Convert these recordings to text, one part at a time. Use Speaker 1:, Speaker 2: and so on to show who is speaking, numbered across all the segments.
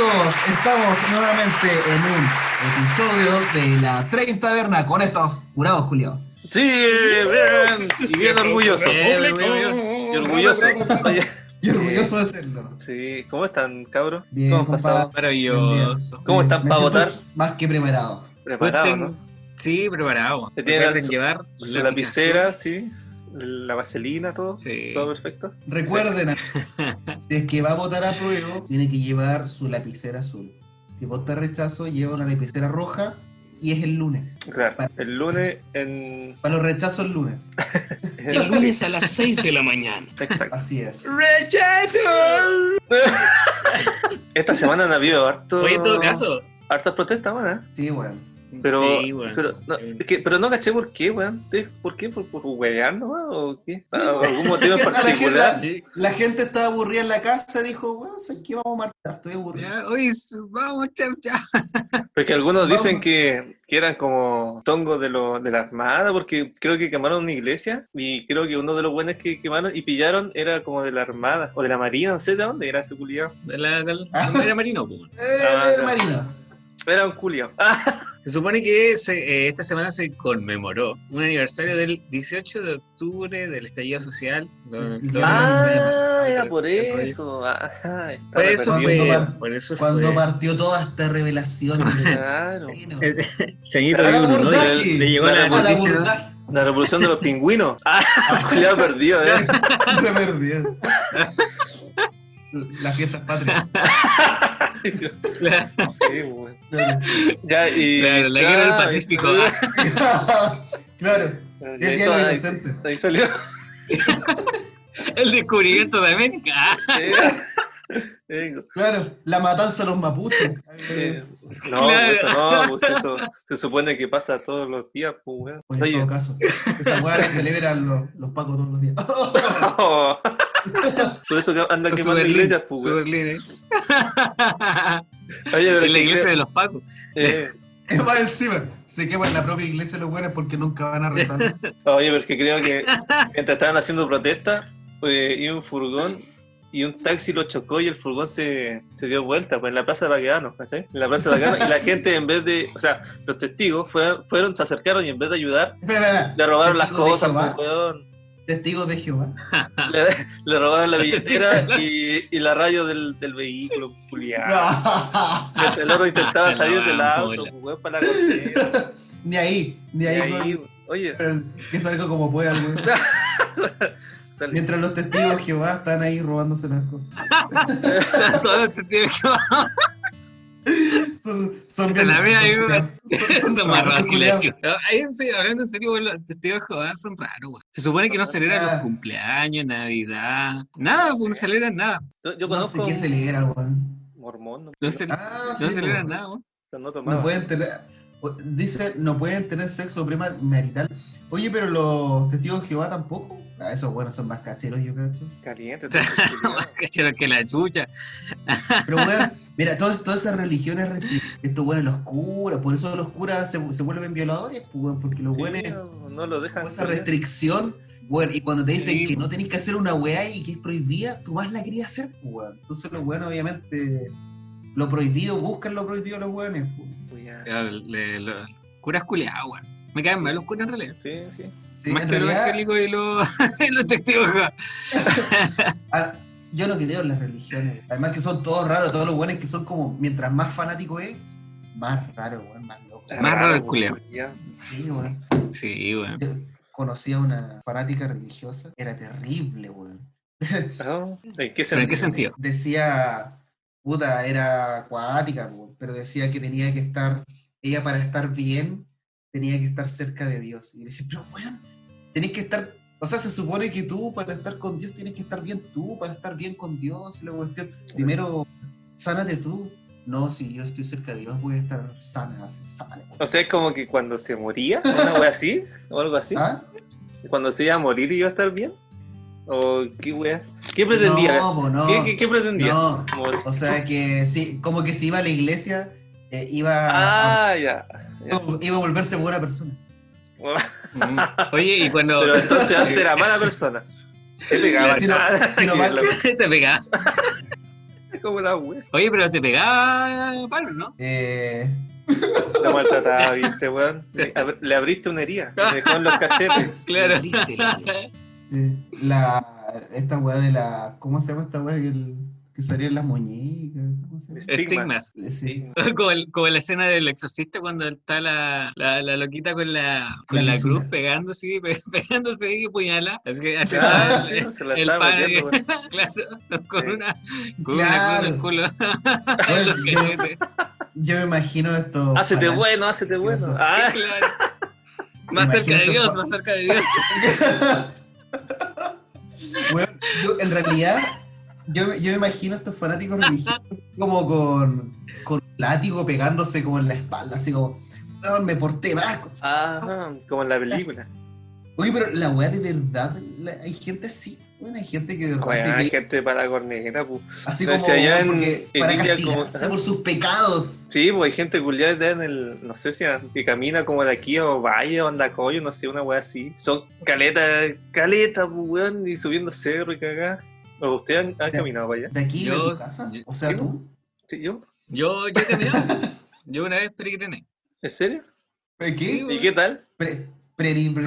Speaker 1: estamos nuevamente en un episodio de la 30 Taberna con estos curados culiados.
Speaker 2: Sí, bien, y bien orgulloso.
Speaker 3: Eh,
Speaker 2: Y
Speaker 3: bien, bien,
Speaker 2: orgulloso. Oye,
Speaker 1: Y orgulloso de serlo.
Speaker 2: Sí, ¿cómo están, cabros?
Speaker 1: Bien,
Speaker 2: ¿Cómo han
Speaker 1: compadre.
Speaker 2: pasado?
Speaker 3: Maravilloso.
Speaker 2: ¿Cómo
Speaker 1: Eh,
Speaker 2: están
Speaker 1: me
Speaker 2: para
Speaker 1: siento
Speaker 2: votar?
Speaker 1: Más que preparado.
Speaker 2: Preparados,
Speaker 3: Voten-
Speaker 2: ¿no?
Speaker 3: Sí, preparado.
Speaker 2: Te tienen
Speaker 3: Recuerden
Speaker 2: su-
Speaker 3: llevar
Speaker 2: Su lapicera, sí. La vaselina, todo.
Speaker 3: Sí.
Speaker 2: Todo perfecto.
Speaker 1: Recuerden, si es que va a votar a prueba, tiene que llevar su lapicera azul. Si vota rechazo, lleva una lapicera roja y es el lunes.
Speaker 2: Claro.
Speaker 1: Para-
Speaker 2: El lunes en.
Speaker 1: Para los rechazos, el lunes.
Speaker 4: El lunes a las 6 de la mañana.
Speaker 2: Exacto.
Speaker 1: Así es.
Speaker 2: Esta semana han habido harto.
Speaker 3: Oye, en todo caso.
Speaker 2: Hartas protestas, man, ¿eh?
Speaker 1: Sí, bueno.
Speaker 2: Pero,
Speaker 3: sí, bueno,
Speaker 2: pero,
Speaker 3: sí.
Speaker 2: no, es que- pero no caché por qué, weón. ¿Te- ¿Por qué? ¿Por, por huevear nomás? ¿O qué? Ah,
Speaker 1: Sí,
Speaker 2: ¿Algún
Speaker 1: weón.
Speaker 2: motivo en
Speaker 1: A la gente-
Speaker 2: particular?
Speaker 3: Sí.
Speaker 1: La gente estaba aburrida en la casa, dijo, bueno, sé que vamos a marchar, estoy aburrido.
Speaker 3: Ya, Oye, su- vamos, chao, chao.
Speaker 2: Porque algunos
Speaker 1: Vamos.
Speaker 2: dicen que, que eran como tongos de, lo, de la Armada, porque creo que quemaron una iglesia y creo que uno de los buenos que quemaron y pillaron era como de la Armada o de la Marina, no sé de dónde era ese culiao.
Speaker 3: De la, de la-
Speaker 1: Ah.
Speaker 3: no era marino, pues.
Speaker 1: Eh,
Speaker 2: Ah, no.
Speaker 1: Marino.
Speaker 2: Era un culiao. Ah,
Speaker 3: Se supone que se- eh, esta semana se conmemoró un aniversario del 18 de octubre del estallido social. lo- lo-
Speaker 1: Ah,
Speaker 3: lo-
Speaker 2: era por
Speaker 3: el rollo.
Speaker 2: eso. Ajá, estaba
Speaker 3: Por eso
Speaker 1: Cuando
Speaker 2: perdido.
Speaker 3: fue.
Speaker 1: par-
Speaker 3: Por eso
Speaker 1: Cuando
Speaker 3: fue.
Speaker 1: partió toda esta revelación. del
Speaker 2: Claro.
Speaker 1: Marino.
Speaker 3: El- Chañito
Speaker 1: Al
Speaker 3: de uno, ¿no?
Speaker 1: abordaje.
Speaker 3: Le, le llegó la
Speaker 2: Al
Speaker 1: Al
Speaker 3: noticia.
Speaker 1: abordaje.
Speaker 2: La revolución de los pingüinos. Ah, culiao perdido, eh.
Speaker 1: Siempre perdido. Las fiestas patrias.
Speaker 3: La,
Speaker 2: Sí, güey. Ya, y.
Speaker 3: la- la guerra del Pacífico.
Speaker 2: Ahí
Speaker 3: ah.
Speaker 1: claro,
Speaker 2: salió-
Speaker 1: el día
Speaker 2: ahí-
Speaker 1: del inocente.
Speaker 2: Ahí salió.
Speaker 3: El descubrimiento de América. ah.
Speaker 2: Eh,
Speaker 1: Claro, la matanza de los mapuches.
Speaker 2: eh, No,
Speaker 3: Claro.
Speaker 2: pues eso no, pues eso se supone que pasa todos los días, pues, weón.
Speaker 1: Pues en
Speaker 2: Oye,
Speaker 1: todo caso, esa weá la celebran los, los pacos todos los días.
Speaker 2: no. Por eso que anda
Speaker 3: Su
Speaker 2: quemando
Speaker 3: Berlín,
Speaker 2: iglesias, pues,
Speaker 3: su
Speaker 2: weón.
Speaker 3: Berlín, Ah, eh.
Speaker 2: Oye, pero
Speaker 3: En la
Speaker 2: que
Speaker 3: iglesia
Speaker 2: creo-
Speaker 3: de los Pacos.
Speaker 2: eh,
Speaker 1: Es más encima, se quema en la propia iglesia los weones porque nunca van a rezar.
Speaker 2: Oye, porque creo que mientras estaban haciendo protesta, eh, y un furgón y un taxi lo chocó y el furgón se, se dio vuelta, pues en la plaza de Baquedano, ¿cachai? En la plaza de Baquedano, y la gente en vez de, o sea, los testigos fueron, fueron se acercaron y en vez de ayudar,
Speaker 1: Espera, espera,
Speaker 2: le robaron las
Speaker 1: Testigos de
Speaker 2: cosas,
Speaker 1: Jehová.
Speaker 2: pues, weón.
Speaker 1: testigos de Jehová.
Speaker 2: Le, le robaron la billetera y, y la radio del, del vehículo, culiado. Mientras El otro intentaba
Speaker 3: La
Speaker 2: salir del auto,
Speaker 3: bambola.
Speaker 2: pues, weón, para la cortina.
Speaker 1: ni ahí, ni
Speaker 2: Y
Speaker 1: ahí.
Speaker 2: ahí,
Speaker 1: weón.
Speaker 2: oye,
Speaker 1: Pero que salga como pueda, weón.
Speaker 2: sale-
Speaker 1: Mientras los testigos de Jehová están ahí robándose las cosas.
Speaker 3: Todos los testigos
Speaker 1: Son, son
Speaker 3: De la vida,
Speaker 1: son-
Speaker 3: amigo.
Speaker 1: son- son
Speaker 2: Ah,
Speaker 3: son más
Speaker 1: raros,
Speaker 3: raros que la
Speaker 1: culiados.
Speaker 3: chucha. Ahí en serio, hablando en serio, bueno, los testigos de Jehová son raros, weón. Se supone que no celebran los cumpleaños, Navidad, nada,
Speaker 2: No
Speaker 3: pues, no
Speaker 2: sé. Ah,
Speaker 3: celebran nada.
Speaker 2: yo, yo
Speaker 1: No
Speaker 2: conozco
Speaker 1: sé qué
Speaker 2: un
Speaker 1: se libera, weón.
Speaker 2: mormón, no,
Speaker 3: No, cele-
Speaker 1: Ah,
Speaker 3: no
Speaker 1: sí,
Speaker 3: celebran
Speaker 1: weón.
Speaker 3: nada, weón.
Speaker 2: pero no
Speaker 1: No
Speaker 2: tomaba.
Speaker 1: pueden tener. Dice, no pueden tener sexo premarital. Oye, pero los testigos de Jehová tampoco. Ah, esos buenos son más cacheros, yo creo.
Speaker 2: Caliente, todo
Speaker 3: Más cacharon que la chucha.
Speaker 1: Pero weón, mira, todas, todas esas religiones, restri- estos buenos, los curas, por eso los curas se, se vuelven violadores, pues, weón, porque los
Speaker 2: Sí,
Speaker 1: buenos,
Speaker 2: no, no lo dejan.
Speaker 1: con esa restricción, weón, y cuando te dicen
Speaker 3: Sí,
Speaker 1: que no tenés que hacer una weá y que es prohibida, tú más la querías hacer, pues, weón. Entonces los weones, obviamente, lo prohibido, buscan lo prohibido los weones, pues.
Speaker 2: Ya,
Speaker 3: Ya, eh, le- lo- Curas culiados, weón. Me caen mal los curas en realidad.
Speaker 2: Sí, sí.
Speaker 1: Sí,
Speaker 3: Más
Speaker 1: en
Speaker 3: que los
Speaker 1: realidad,
Speaker 3: evangélicos y los, y los testigos de Jehová.
Speaker 1: ah, yo no creo en las religiones. Además que son todos raros, todos los weones que son como, mientras más fanático es, más raro, weón, más loco.
Speaker 2: Está
Speaker 3: Más raro el
Speaker 2: pues,
Speaker 3: culeo.
Speaker 2: ya.
Speaker 1: Sí, weón.
Speaker 3: Sí, weón.
Speaker 1: Yo conocí a una fanática religiosa, era terrible, weón.
Speaker 2: Ah, ¿En qué
Speaker 3: ¿Pero en
Speaker 2: sentido?
Speaker 3: qué sentido?
Speaker 1: Decía, puta, era acuática, weón, pero decía que tenía que estar, ella para estar bien, tenía que estar cerca de Dios. Y yo decía, pero weón, tenés que estar, o sea, se supone que tú para estar con Dios tienes que estar bien tú, para estar bien con Dios, y la cuestión, primero, sánate tú. No, si yo estoy cerca de Dios voy a estar sana, así, sana.
Speaker 2: O sea, es como que cuando se moría, una wea así, o algo así.
Speaker 1: ¿Ah?
Speaker 2: Cuando se iba a morir iba a estar bien. ¿O qué wea? ¿Qué pretendía?
Speaker 1: No, po, no,
Speaker 2: ¿Qué, qué, qué pretendía?
Speaker 1: no.
Speaker 2: Morir.
Speaker 1: O sea que sí, como que si iba a la iglesia, eh, iba, a,
Speaker 2: Ah, ya.
Speaker 1: iba a volverse buena persona.
Speaker 3: Mm. Oye, y cuando
Speaker 2: Pero entonces antes era mala persona. Te pegaba
Speaker 1: Si no-
Speaker 2: nada,
Speaker 1: si no
Speaker 2: que
Speaker 1: mal-
Speaker 2: lo-
Speaker 3: te pegaba,
Speaker 2: como la wea.
Speaker 3: Oye, pero te pegaba Pablo, ¿no?
Speaker 1: Eh,
Speaker 2: La maltrataba, viste, weón. Le, ab- le abriste una herida. Le dejó en los cachetes.
Speaker 3: Claro.
Speaker 4: Abriste la herida.
Speaker 1: sí. la, esta weá de la. ¿Cómo se llama esta weá que, el- que salía en las muñecas? ¿Cómo se llama?
Speaker 3: Estigmas.
Speaker 1: Sí.
Speaker 2: Sí.
Speaker 3: Como, el- como la escena del exorcista cuando está la, la, la loquita con la, con la
Speaker 1: lechuga.
Speaker 3: cruz pegándose, pe- pegándose y puñala. Así que así
Speaker 2: Ah,
Speaker 3: estaba
Speaker 2: sí,
Speaker 3: el-
Speaker 2: se la
Speaker 3: el
Speaker 2: estaba
Speaker 3: padre.
Speaker 2: metiendo, weón.
Speaker 3: claro, con
Speaker 2: Sí.
Speaker 3: una, con una
Speaker 1: Claro.
Speaker 3: cruz en el culo.
Speaker 1: Oye,
Speaker 3: Los
Speaker 1: yo,
Speaker 3: cachetes.
Speaker 1: yo me imagino esto.
Speaker 3: Ah,
Speaker 2: Hácete Ah, bueno, hácete bueno. Ah,
Speaker 3: Claro. Más cerca de
Speaker 1: Imagínate,
Speaker 3: Dios,
Speaker 1: pa-
Speaker 3: más cerca de Dios.
Speaker 1: Bueno, yo, en realidad, yo, yo me imagino a estos fanáticos religiosos como con, con un látigo pegándose como en la espalda, así como, "Ah, me porté mal. con-
Speaker 2: ah, como en la película.
Speaker 1: Oye, pero la weá de verdad, la- hay gente así, bueno, hay gente que de verdad
Speaker 2: Weón,
Speaker 1: se
Speaker 2: hay
Speaker 1: pega
Speaker 2: gente para la corneta, pu.
Speaker 1: así
Speaker 2: no,
Speaker 1: como
Speaker 2: si allá en-
Speaker 1: porque
Speaker 2: en
Speaker 1: para
Speaker 2: India como-
Speaker 1: castigarse por sus pecados.
Speaker 2: Sí, pues hay gente culiada que en el, no sé si a- que camina como de aquí o Valle o Andacoyo, no sé, una weá así. Son caletas, caletas, pues, weón, y subiendo cerro y cagá. ¿O ¿Ustedes han, han
Speaker 1: Ya.
Speaker 2: caminado para allá?
Speaker 1: De aquí, de
Speaker 3: Yo-
Speaker 1: tu casa.
Speaker 3: yo-
Speaker 1: O sea, tú.
Speaker 2: ¿Sí, yo?
Speaker 3: Yo, yo he caminado. Yo una vez peregriné.
Speaker 2: ¿En serio?
Speaker 1: ¿Qué?
Speaker 3: Sí,
Speaker 2: ¿Y qué tal?
Speaker 1: Pre- pre- pre-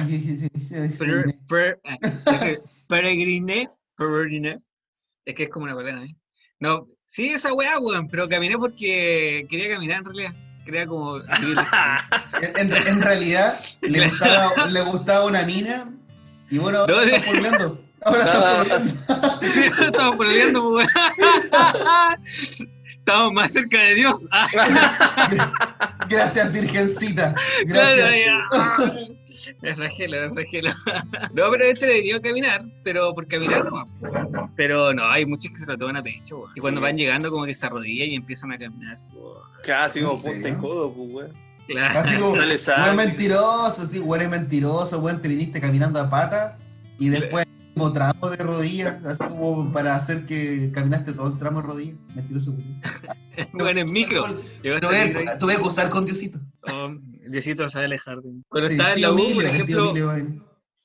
Speaker 3: Per- per- ah, es que peregriné, peregriné. Es que es como una palabra, ¿eh? No, sí, esa weá, weón, pero caminé porque quería caminar en realidad. Quería como. vivir la experiencia.
Speaker 1: En, en- en realidad, le gustaba, le gustaba una mina y bueno, ahora
Speaker 3: No,
Speaker 1: está
Speaker 3: de-
Speaker 1: furleando. Ahora
Speaker 2: Nada.
Speaker 1: está furleando.
Speaker 3: Sí, no estamos perdiendo, weón. Estamos más cerca de Dios. Ah,
Speaker 1: Gracias, Virgencita.
Speaker 3: claro,
Speaker 1: Gracias.
Speaker 3: ya. Ah, Es Ragela, es Ragela. No, pero este le dio caminar, pero por caminar no. Pero no, hay muchos que se lo toman a pecho, weón. Y cuando
Speaker 2: Sí.
Speaker 3: van llegando, como que se arrodillan y empiezan a caminar así, weón.
Speaker 2: Casi
Speaker 1: ¿En
Speaker 2: como punta y
Speaker 1: serio?
Speaker 2: codo, pues, weón.
Speaker 3: Claro.
Speaker 1: Así como,
Speaker 2: Dale sal.
Speaker 1: buen mentiroso, sí, buen es mentiroso, buen te viniste caminando a pata y después como tramo de rodillas, así como para hacer que caminaste todo el tramo de rodillas. Mentiroso. güey.
Speaker 3: Bueno, en micro. Llegó hasta el micro
Speaker 1: Tuve, tuve que usar con Diosito.
Speaker 3: ahí. Oh, Diosito sabe alejarte. Cuando
Speaker 1: Sí,
Speaker 3: estaba en la
Speaker 1: tío
Speaker 3: U, por
Speaker 1: Emilio, tío
Speaker 3: ejemplo,
Speaker 1: Emilio, güey.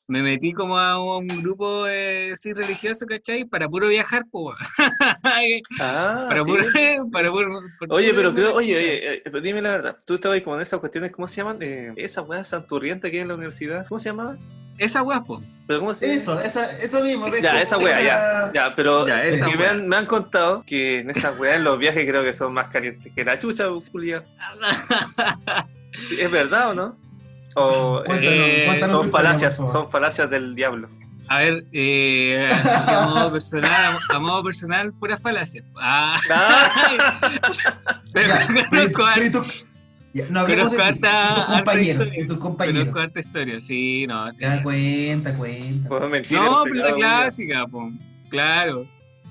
Speaker 3: me metí como a un grupo eh, sí, religioso, ¿cachai? Para puro viajar, po.
Speaker 2: Ah,
Speaker 3: para,
Speaker 2: sí.
Speaker 3: puro, para puro. para
Speaker 2: Oye, pero
Speaker 3: puro-
Speaker 2: creo, oye, oye, eh, pero dime la verdad. Tú estabas como en esas cuestiones, ¿cómo se llaman? Eh, esa weá santurriente que hay en la universidad. ¿Cómo se llamaba?
Speaker 3: Esa guapo.
Speaker 2: ¿Pero cómo se llama?
Speaker 1: Eso, esa, eso mismo. ¿ves?
Speaker 2: Ya,
Speaker 1: Como
Speaker 2: esa wea, Ya, pero
Speaker 3: Ya,
Speaker 2: es
Speaker 3: esa
Speaker 2: que me,
Speaker 3: wea.
Speaker 2: han, me han contado que en esas weas en los viajes creo que son más calientes que la chucha, Julia. ¿Es verdad o no? O,
Speaker 1: Cuéntanos,
Speaker 3: Eh,
Speaker 1: cuéntanos tu
Speaker 2: son
Speaker 1: historia,
Speaker 2: falacias,
Speaker 1: por favor.
Speaker 2: son falacias del diablo.
Speaker 3: A ver, eh, así a modo personal, a, a modo personal, pura falacia. Ah,
Speaker 2: Ah,
Speaker 3: pero
Speaker 1: Ya, pero-
Speaker 3: conozco
Speaker 1: pero
Speaker 3: harta-
Speaker 1: y tú- Ya, no hablemos de
Speaker 3: Conozco
Speaker 1: ti, de tus
Speaker 3: harta-
Speaker 1: compañeros,
Speaker 3: harta
Speaker 1: de tus compañeros.
Speaker 3: conozco harta historia, sí, no, sí.
Speaker 1: Ya, cuenta, cuenta.
Speaker 2: pues, mentira,
Speaker 3: No,
Speaker 2: este
Speaker 3: pero la
Speaker 2: cabrón,
Speaker 3: clásica, po. Claro.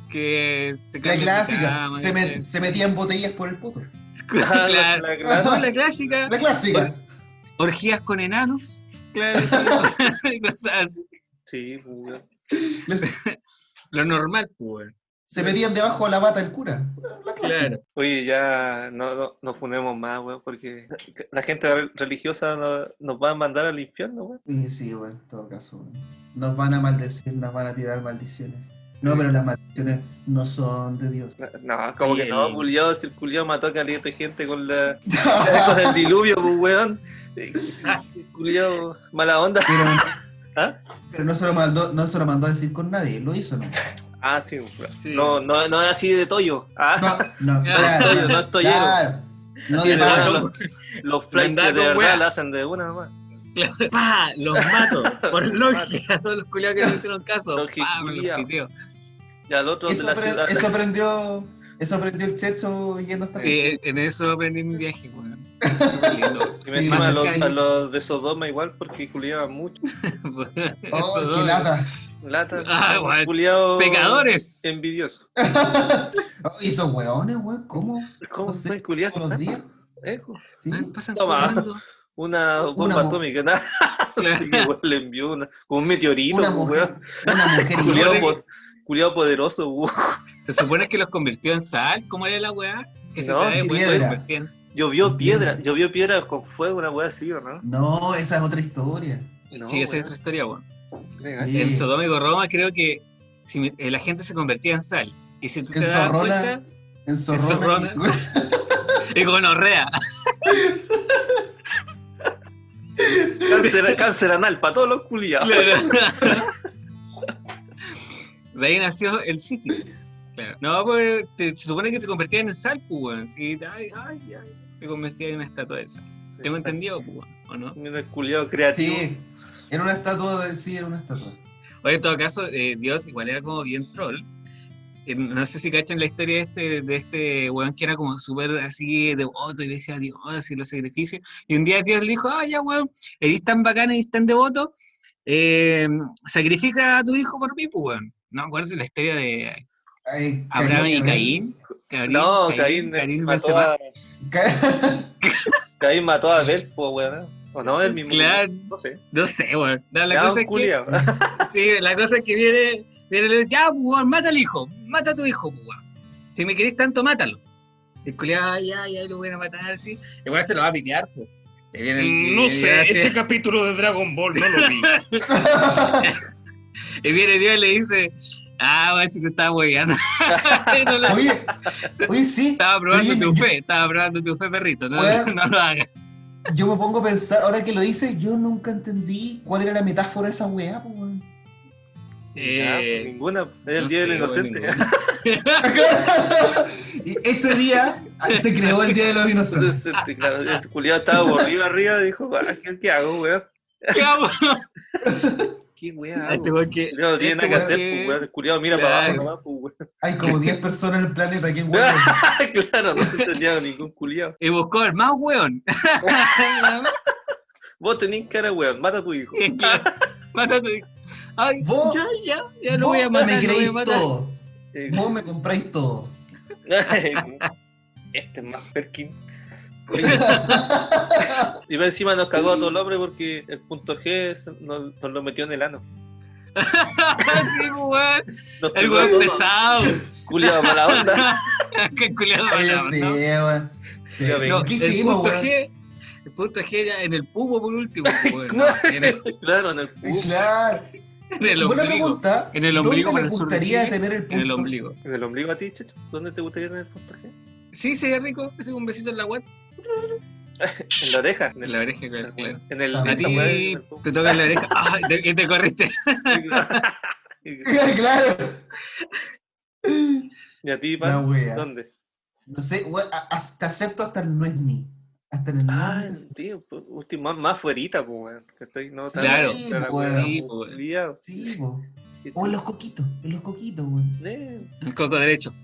Speaker 3: Que se
Speaker 1: La
Speaker 3: cae en
Speaker 1: clásica,
Speaker 3: cama,
Speaker 1: se, met-
Speaker 3: ¿cachai?
Speaker 1: se metían botellas por el puto.
Speaker 2: Ah, la-
Speaker 3: claro.
Speaker 2: la clásica.
Speaker 3: No, la clásica.
Speaker 1: La clásica.
Speaker 3: Orgías con enanos. Claro, sí, cosas así.
Speaker 2: Sí, pues,
Speaker 3: Lo normal, pues.
Speaker 1: Se metían debajo de la bata el cura. La clásica.
Speaker 3: Claro.
Speaker 2: Oye, ya no, no, no funemos más, weón, porque la gente re- religiosa no- nos va a mandar al infierno, weón.
Speaker 1: Y sí, bueno, en todo caso. bueno. Nos van a maldecir, nos van a tirar maldiciones. No, pero las maldiciones no son de Dios.
Speaker 2: No, como
Speaker 3: Oye,
Speaker 2: que no,
Speaker 3: el-
Speaker 2: culiado, si el culiado mató a caliente gente con la... con el diluvio, pues, weón. Ah, culiao, mala onda.
Speaker 1: Pero,
Speaker 2: ¿Ah?
Speaker 1: pero no, se lo mandó, no se lo mandó a decir con nadie, lo hizo, ¿no?
Speaker 2: Ah, sí,
Speaker 3: Sí.
Speaker 2: No, no, no es así de toyo. Ah,
Speaker 1: No, no, claro,
Speaker 2: toyo, no es toyero.
Speaker 1: claro. No
Speaker 2: Así de
Speaker 1: de
Speaker 2: verdad,
Speaker 1: nada.
Speaker 2: los, los flights de
Speaker 3: Mandar con
Speaker 2: verdad
Speaker 3: wea.
Speaker 2: la hacen de una nomás.
Speaker 3: ¡Pah! Los mato. Por
Speaker 2: Los
Speaker 3: lógica, todos los culiados que no hicieron caso.
Speaker 2: Los
Speaker 3: ¡Pah! Me los
Speaker 2: giculiados.
Speaker 3: piteo.
Speaker 2: Y al otro de
Speaker 1: Eso,
Speaker 2: la
Speaker 1: apre-
Speaker 2: ciudad.
Speaker 1: eso aprendió, eso aprendió el Checho yendo hasta
Speaker 3: Sí, en- Eh, en eso aprendí mi viaje, weón.
Speaker 2: Y
Speaker 1: sí,
Speaker 2: encima
Speaker 1: más
Speaker 2: a los,
Speaker 3: cerca
Speaker 2: a
Speaker 3: es-
Speaker 2: los de Sodoma igual porque culiaban mucho.
Speaker 1: ¡Oh, qué lata!
Speaker 2: Lata.
Speaker 3: Ah, weón.
Speaker 2: culiao
Speaker 3: ¡Pecadores!
Speaker 2: Envidioso.
Speaker 1: Oh, y esos weones, weón, ¿cómo?
Speaker 2: ¿Cómo
Speaker 1: No sé,
Speaker 2: se culiar?
Speaker 1: Todos los días.
Speaker 2: ¿Eh?
Speaker 1: Sí.
Speaker 3: Ah, Pasan
Speaker 2: Toma.
Speaker 3: fumando.
Speaker 2: Una bomba
Speaker 1: mu-
Speaker 2: atómica, nada. Así que weón, le envió una, un meteorito,
Speaker 1: Una
Speaker 2: pues,
Speaker 1: mujer,
Speaker 2: weón.
Speaker 1: una mujer y
Speaker 2: Culiao
Speaker 3: Supone
Speaker 2: po- culiao poderoso, weón.
Speaker 3: Se supone que los convirtió en sal. ¿Cómo era la weá? Que se
Speaker 2: No,
Speaker 1: sí,
Speaker 3: trae, weón, los
Speaker 1: piedra.
Speaker 3: convertía en
Speaker 2: Llovió piedra,
Speaker 1: Bien.
Speaker 2: llovió piedra con fuego, una weá así, ¿o no?
Speaker 1: No, esa es otra historia.
Speaker 2: No,
Speaker 3: sí, esa
Speaker 2: weón.
Speaker 3: es otra historia, weón.
Speaker 2: Legal.
Speaker 1: Sí.
Speaker 3: En Sodoma y Gomorra creo que si mi- eh, la gente se convertía en sal. Y si tú
Speaker 1: En
Speaker 3: te das
Speaker 1: Zorrola.
Speaker 3: cuenta,
Speaker 1: En Zorrona.
Speaker 3: Zorrona. Y con orrea.
Speaker 2: Cáncer, cáncer anal para todos los culiados.
Speaker 3: De ahí nació el sífilis. Claro. No, pues te- se supone que te convertías en el sal, pues, weón. Sí, ay, ay, ay, te convertías en una estatua de sal. Tengo entendido, pues, weón, ¿o no?
Speaker 2: Mira el culiado creativo.
Speaker 1: Sí, era una estatua, de, sí, era una estatua.
Speaker 3: Oye, en todo caso, eh, Dios igual era como bien troll. Eh, No sé si cachan la historia de este, de este weón que era como súper así devoto y le decía a Dios y los sacrificios. Y un día Dios le dijo, ah, ya weón, eres tan bacán, eres tan devoto, eh, sacrifica a tu hijo por mí, pues weón. No me acuerdo si la historia de
Speaker 1: Ay,
Speaker 3: Abraham y
Speaker 1: Caín,
Speaker 3: Caín. Caín,
Speaker 2: No, Caín, mató, a,
Speaker 3: Berseba-
Speaker 1: Ca-
Speaker 2: Caín mató a Abel, po, weón. O no, el mismo.
Speaker 3: Claro.
Speaker 2: No sé.
Speaker 3: No sé, weón. No, la,
Speaker 2: Ya,
Speaker 3: cosa
Speaker 2: un
Speaker 3: es que,
Speaker 2: culiao.
Speaker 3: sí, la cosa es que viene, viene y le dice, ya, pues, weón, mata al hijo, mata a tu hijo, pues, weón. Si me querés tanto, mátalo. Y el culiao, ay, ay, ay, lo voy a matar, sí. Igual se lo va a pitear, pues. Y viene el-
Speaker 4: Mm,
Speaker 3: y-
Speaker 4: No
Speaker 3: y
Speaker 4: sé,
Speaker 3: hace-
Speaker 4: ese capítulo de Dragon Ball no lo vi.
Speaker 3: Y viene Dios y le dice, ah, weón, si te estaba hueveando. No lo-
Speaker 1: oye, oye, sí.
Speaker 3: estaba probando
Speaker 1: oye,
Speaker 3: tu
Speaker 1: yo-
Speaker 3: fe, estaba probando tu fe, perrito. No,
Speaker 1: Weón.
Speaker 3: no lo hagas.
Speaker 1: Yo me pongo a pensar, ahora que lo dice, yo nunca entendí cuál era la metáfora de esa weá, po, weón.
Speaker 2: Ya, pues,
Speaker 3: Eh,
Speaker 2: ninguna. Era el
Speaker 3: no
Speaker 2: día del
Speaker 3: sé, weón,
Speaker 2: inocente.
Speaker 3: ninguna.
Speaker 1: Y Ese día se creó el Día de los Inocentes.
Speaker 2: Entonces, este, claro, el culiado estaba aburrido arriba y dijo, "Ah, ¿qué, qué hago, weón?
Speaker 3: ¿Qué hago?
Speaker 2: ¿Qué weón hago?
Speaker 3: Este weón
Speaker 2: El
Speaker 3: que-
Speaker 2: culiao no tiene
Speaker 3: este
Speaker 2: nada que
Speaker 3: weón
Speaker 2: hacer,
Speaker 3: que-
Speaker 2: pues, weón. El culiado mira para
Speaker 3: Claro.
Speaker 2: abajo nomás, pues, weón.
Speaker 1: Hay como 10 personas en el planeta que weón.
Speaker 2: claro, no se entendía ningún culiado.
Speaker 3: Y buscó el más weón.
Speaker 2: Vos tenés cara, weón, mata a tu hijo.
Speaker 3: Claro, Mata a tu hijo. Ay,
Speaker 1: Vos-
Speaker 3: ya, ya, ya lo voy a matar,
Speaker 1: me
Speaker 3: lo voy a
Speaker 1: creéis
Speaker 3: matar.
Speaker 1: todo.
Speaker 2: Eh,
Speaker 1: Vos me compráis todo.
Speaker 2: este es más perkin. Y más encima nos cagó a todo el hombre porque el punto G se- nos, nos lo metió en el ano.
Speaker 3: sí, weón.
Speaker 2: Nos
Speaker 3: El
Speaker 2: tiró
Speaker 3: weón
Speaker 2: todo.
Speaker 3: pesado.
Speaker 2: Culiado mala onda.
Speaker 3: Qué culiado
Speaker 1: Oye,
Speaker 3: mala,
Speaker 1: sí,
Speaker 3: ¿no?
Speaker 1: weón. Sí.
Speaker 2: Ya ven.
Speaker 3: No,
Speaker 1: ¿Qué
Speaker 3: el
Speaker 1: hicimos,
Speaker 3: punto
Speaker 1: weón?
Speaker 3: G, el punto G era en el pubo por último, weón. En el,
Speaker 2: claro, en el cu-
Speaker 1: Claro.
Speaker 3: en el
Speaker 1: Buena
Speaker 3: ombligo.
Speaker 1: pregunta.
Speaker 3: En el ombligo
Speaker 1: ¿Dónde
Speaker 3: para
Speaker 1: me
Speaker 3: el sur de
Speaker 1: gustaría
Speaker 3: Chile,
Speaker 1: tener el punto?
Speaker 3: En el ombligo.
Speaker 2: en el ombligo a ti, Checho. ¿Dónde te gustaría tener el punto G?
Speaker 3: Sí, sería rico. Ese un besito en la guata.
Speaker 2: En la oreja. En
Speaker 3: En
Speaker 2: el,
Speaker 3: la oreja, claro. claro.
Speaker 2: en el,
Speaker 1: A
Speaker 3: A
Speaker 2: esa weá, en
Speaker 3: ti
Speaker 2: el cu.
Speaker 3: te toca en la oreja. Ay, te, que te corriste.
Speaker 1: claro.
Speaker 2: ¿Y a ti,
Speaker 1: La
Speaker 2: pa?
Speaker 1: wea.
Speaker 2: ¿Dónde?
Speaker 1: No sé, weón, a- hasta acepto hasta el no es mí. Hasta el no
Speaker 2: Ah,
Speaker 1: es mí.
Speaker 2: tío, pues, último, más, más fuerita, pues, weón. ¿Cachai? No, tan-
Speaker 3: Claro.
Speaker 2: tan la
Speaker 1: Weón.
Speaker 2: weá,
Speaker 3: Sí,
Speaker 2: pues,
Speaker 3: weón.
Speaker 2: culiao.
Speaker 1: Sí, po.
Speaker 2: Sí,
Speaker 1: O en los coquitos, en los coquitos, weón.
Speaker 2: Eh,
Speaker 3: El coco derecho.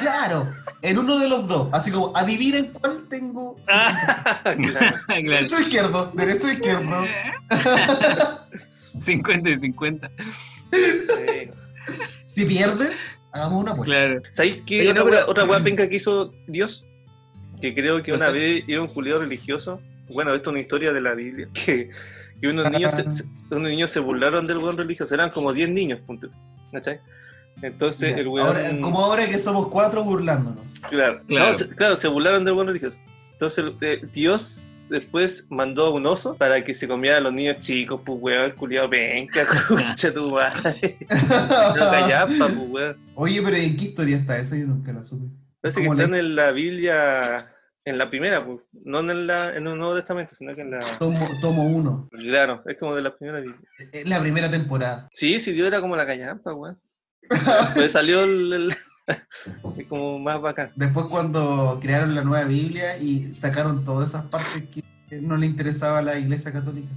Speaker 1: Claro, en uno de los dos. Así como, adivinen cuál tengo.
Speaker 2: Ah, claro.
Speaker 3: Claro.
Speaker 1: Derecho o izquierdo, derecho o izquierdo.
Speaker 3: 50 y 50.
Speaker 2: Eh,
Speaker 1: Si pierdes, hagamos una apuesta.
Speaker 3: Claro.
Speaker 2: ¿Sabéis qué?
Speaker 3: Oye, no,
Speaker 2: otra, wea-
Speaker 3: pero-
Speaker 2: otra wea penca que hizo Dios, que creo que
Speaker 3: No
Speaker 2: una
Speaker 3: sé.
Speaker 2: vez era un culiado religioso. Bueno, esto es una historia de la Biblia. Que, que
Speaker 3: Ah.
Speaker 2: unos, niños se, se- unos niños se burlaron del weón religioso. Eran como 10 niños, punto. ¿Cachai? Entonces, el weón.
Speaker 1: Ahora, como ahora que somos cuatro burlándonos.
Speaker 2: Claro,
Speaker 3: Claro.
Speaker 2: No, se, claro, se burlaron del buen religioso. Entonces, eh, Dios después mandó a un oso para que se comiera a los niños chicos, pues weón, culiado, venga, concha tu madre. Pero callampa, pues weón.
Speaker 1: Oye, pero ¿en qué historia está eso? Yo nunca la supe.
Speaker 2: Parece que
Speaker 1: ¿Cómo
Speaker 2: están
Speaker 1: le-
Speaker 2: en la Biblia, en la primera, pues, no en, la, en el Nuevo Testamento, sino que en la.
Speaker 1: Tomo, tomo uno.
Speaker 2: Claro, es como de la primera Biblia.
Speaker 1: Es la primera temporada.
Speaker 2: Sí, sí, Dios era como la callampa, weón. Pues salió el. el- es como más bacán.
Speaker 1: Después cuando crearon la nueva Biblia y sacaron todas esas partes que no le interesaba a la iglesia católica.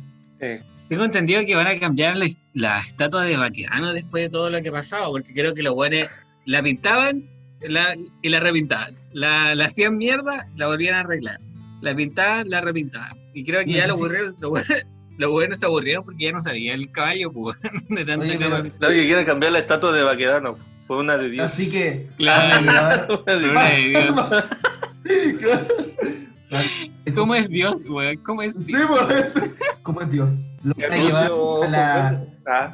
Speaker 3: Tengo entendido que van a cambiar la, la estatua de Baqueano después de todo lo que ha pasado, porque creo que los buenos la pintaban la- y la repintaban. La, la hacían mierda, la volvían a arreglar. La pintaban, la repintaban. Y creo que ya los
Speaker 1: Necesito-
Speaker 3: buenos los buenos- los buenos se aburrieron porque ya no sabía el caballo, pues, de tanta
Speaker 1: Oye,
Speaker 3: cama.
Speaker 1: pero-
Speaker 2: Claro que quieren cambiar la estatua de Baquedano por una de Dios.
Speaker 1: Así que
Speaker 3: Claro.
Speaker 1: van a grabar-
Speaker 2: Una de
Speaker 3: Una de Dios.
Speaker 1: Es
Speaker 3: ¿Cómo es Dios, güey? ¿Cómo es
Speaker 1: Sí,
Speaker 3: Dios?
Speaker 1: por eso. ¿Cómo es Dios? Lo van a llevar a la.
Speaker 2: Ah,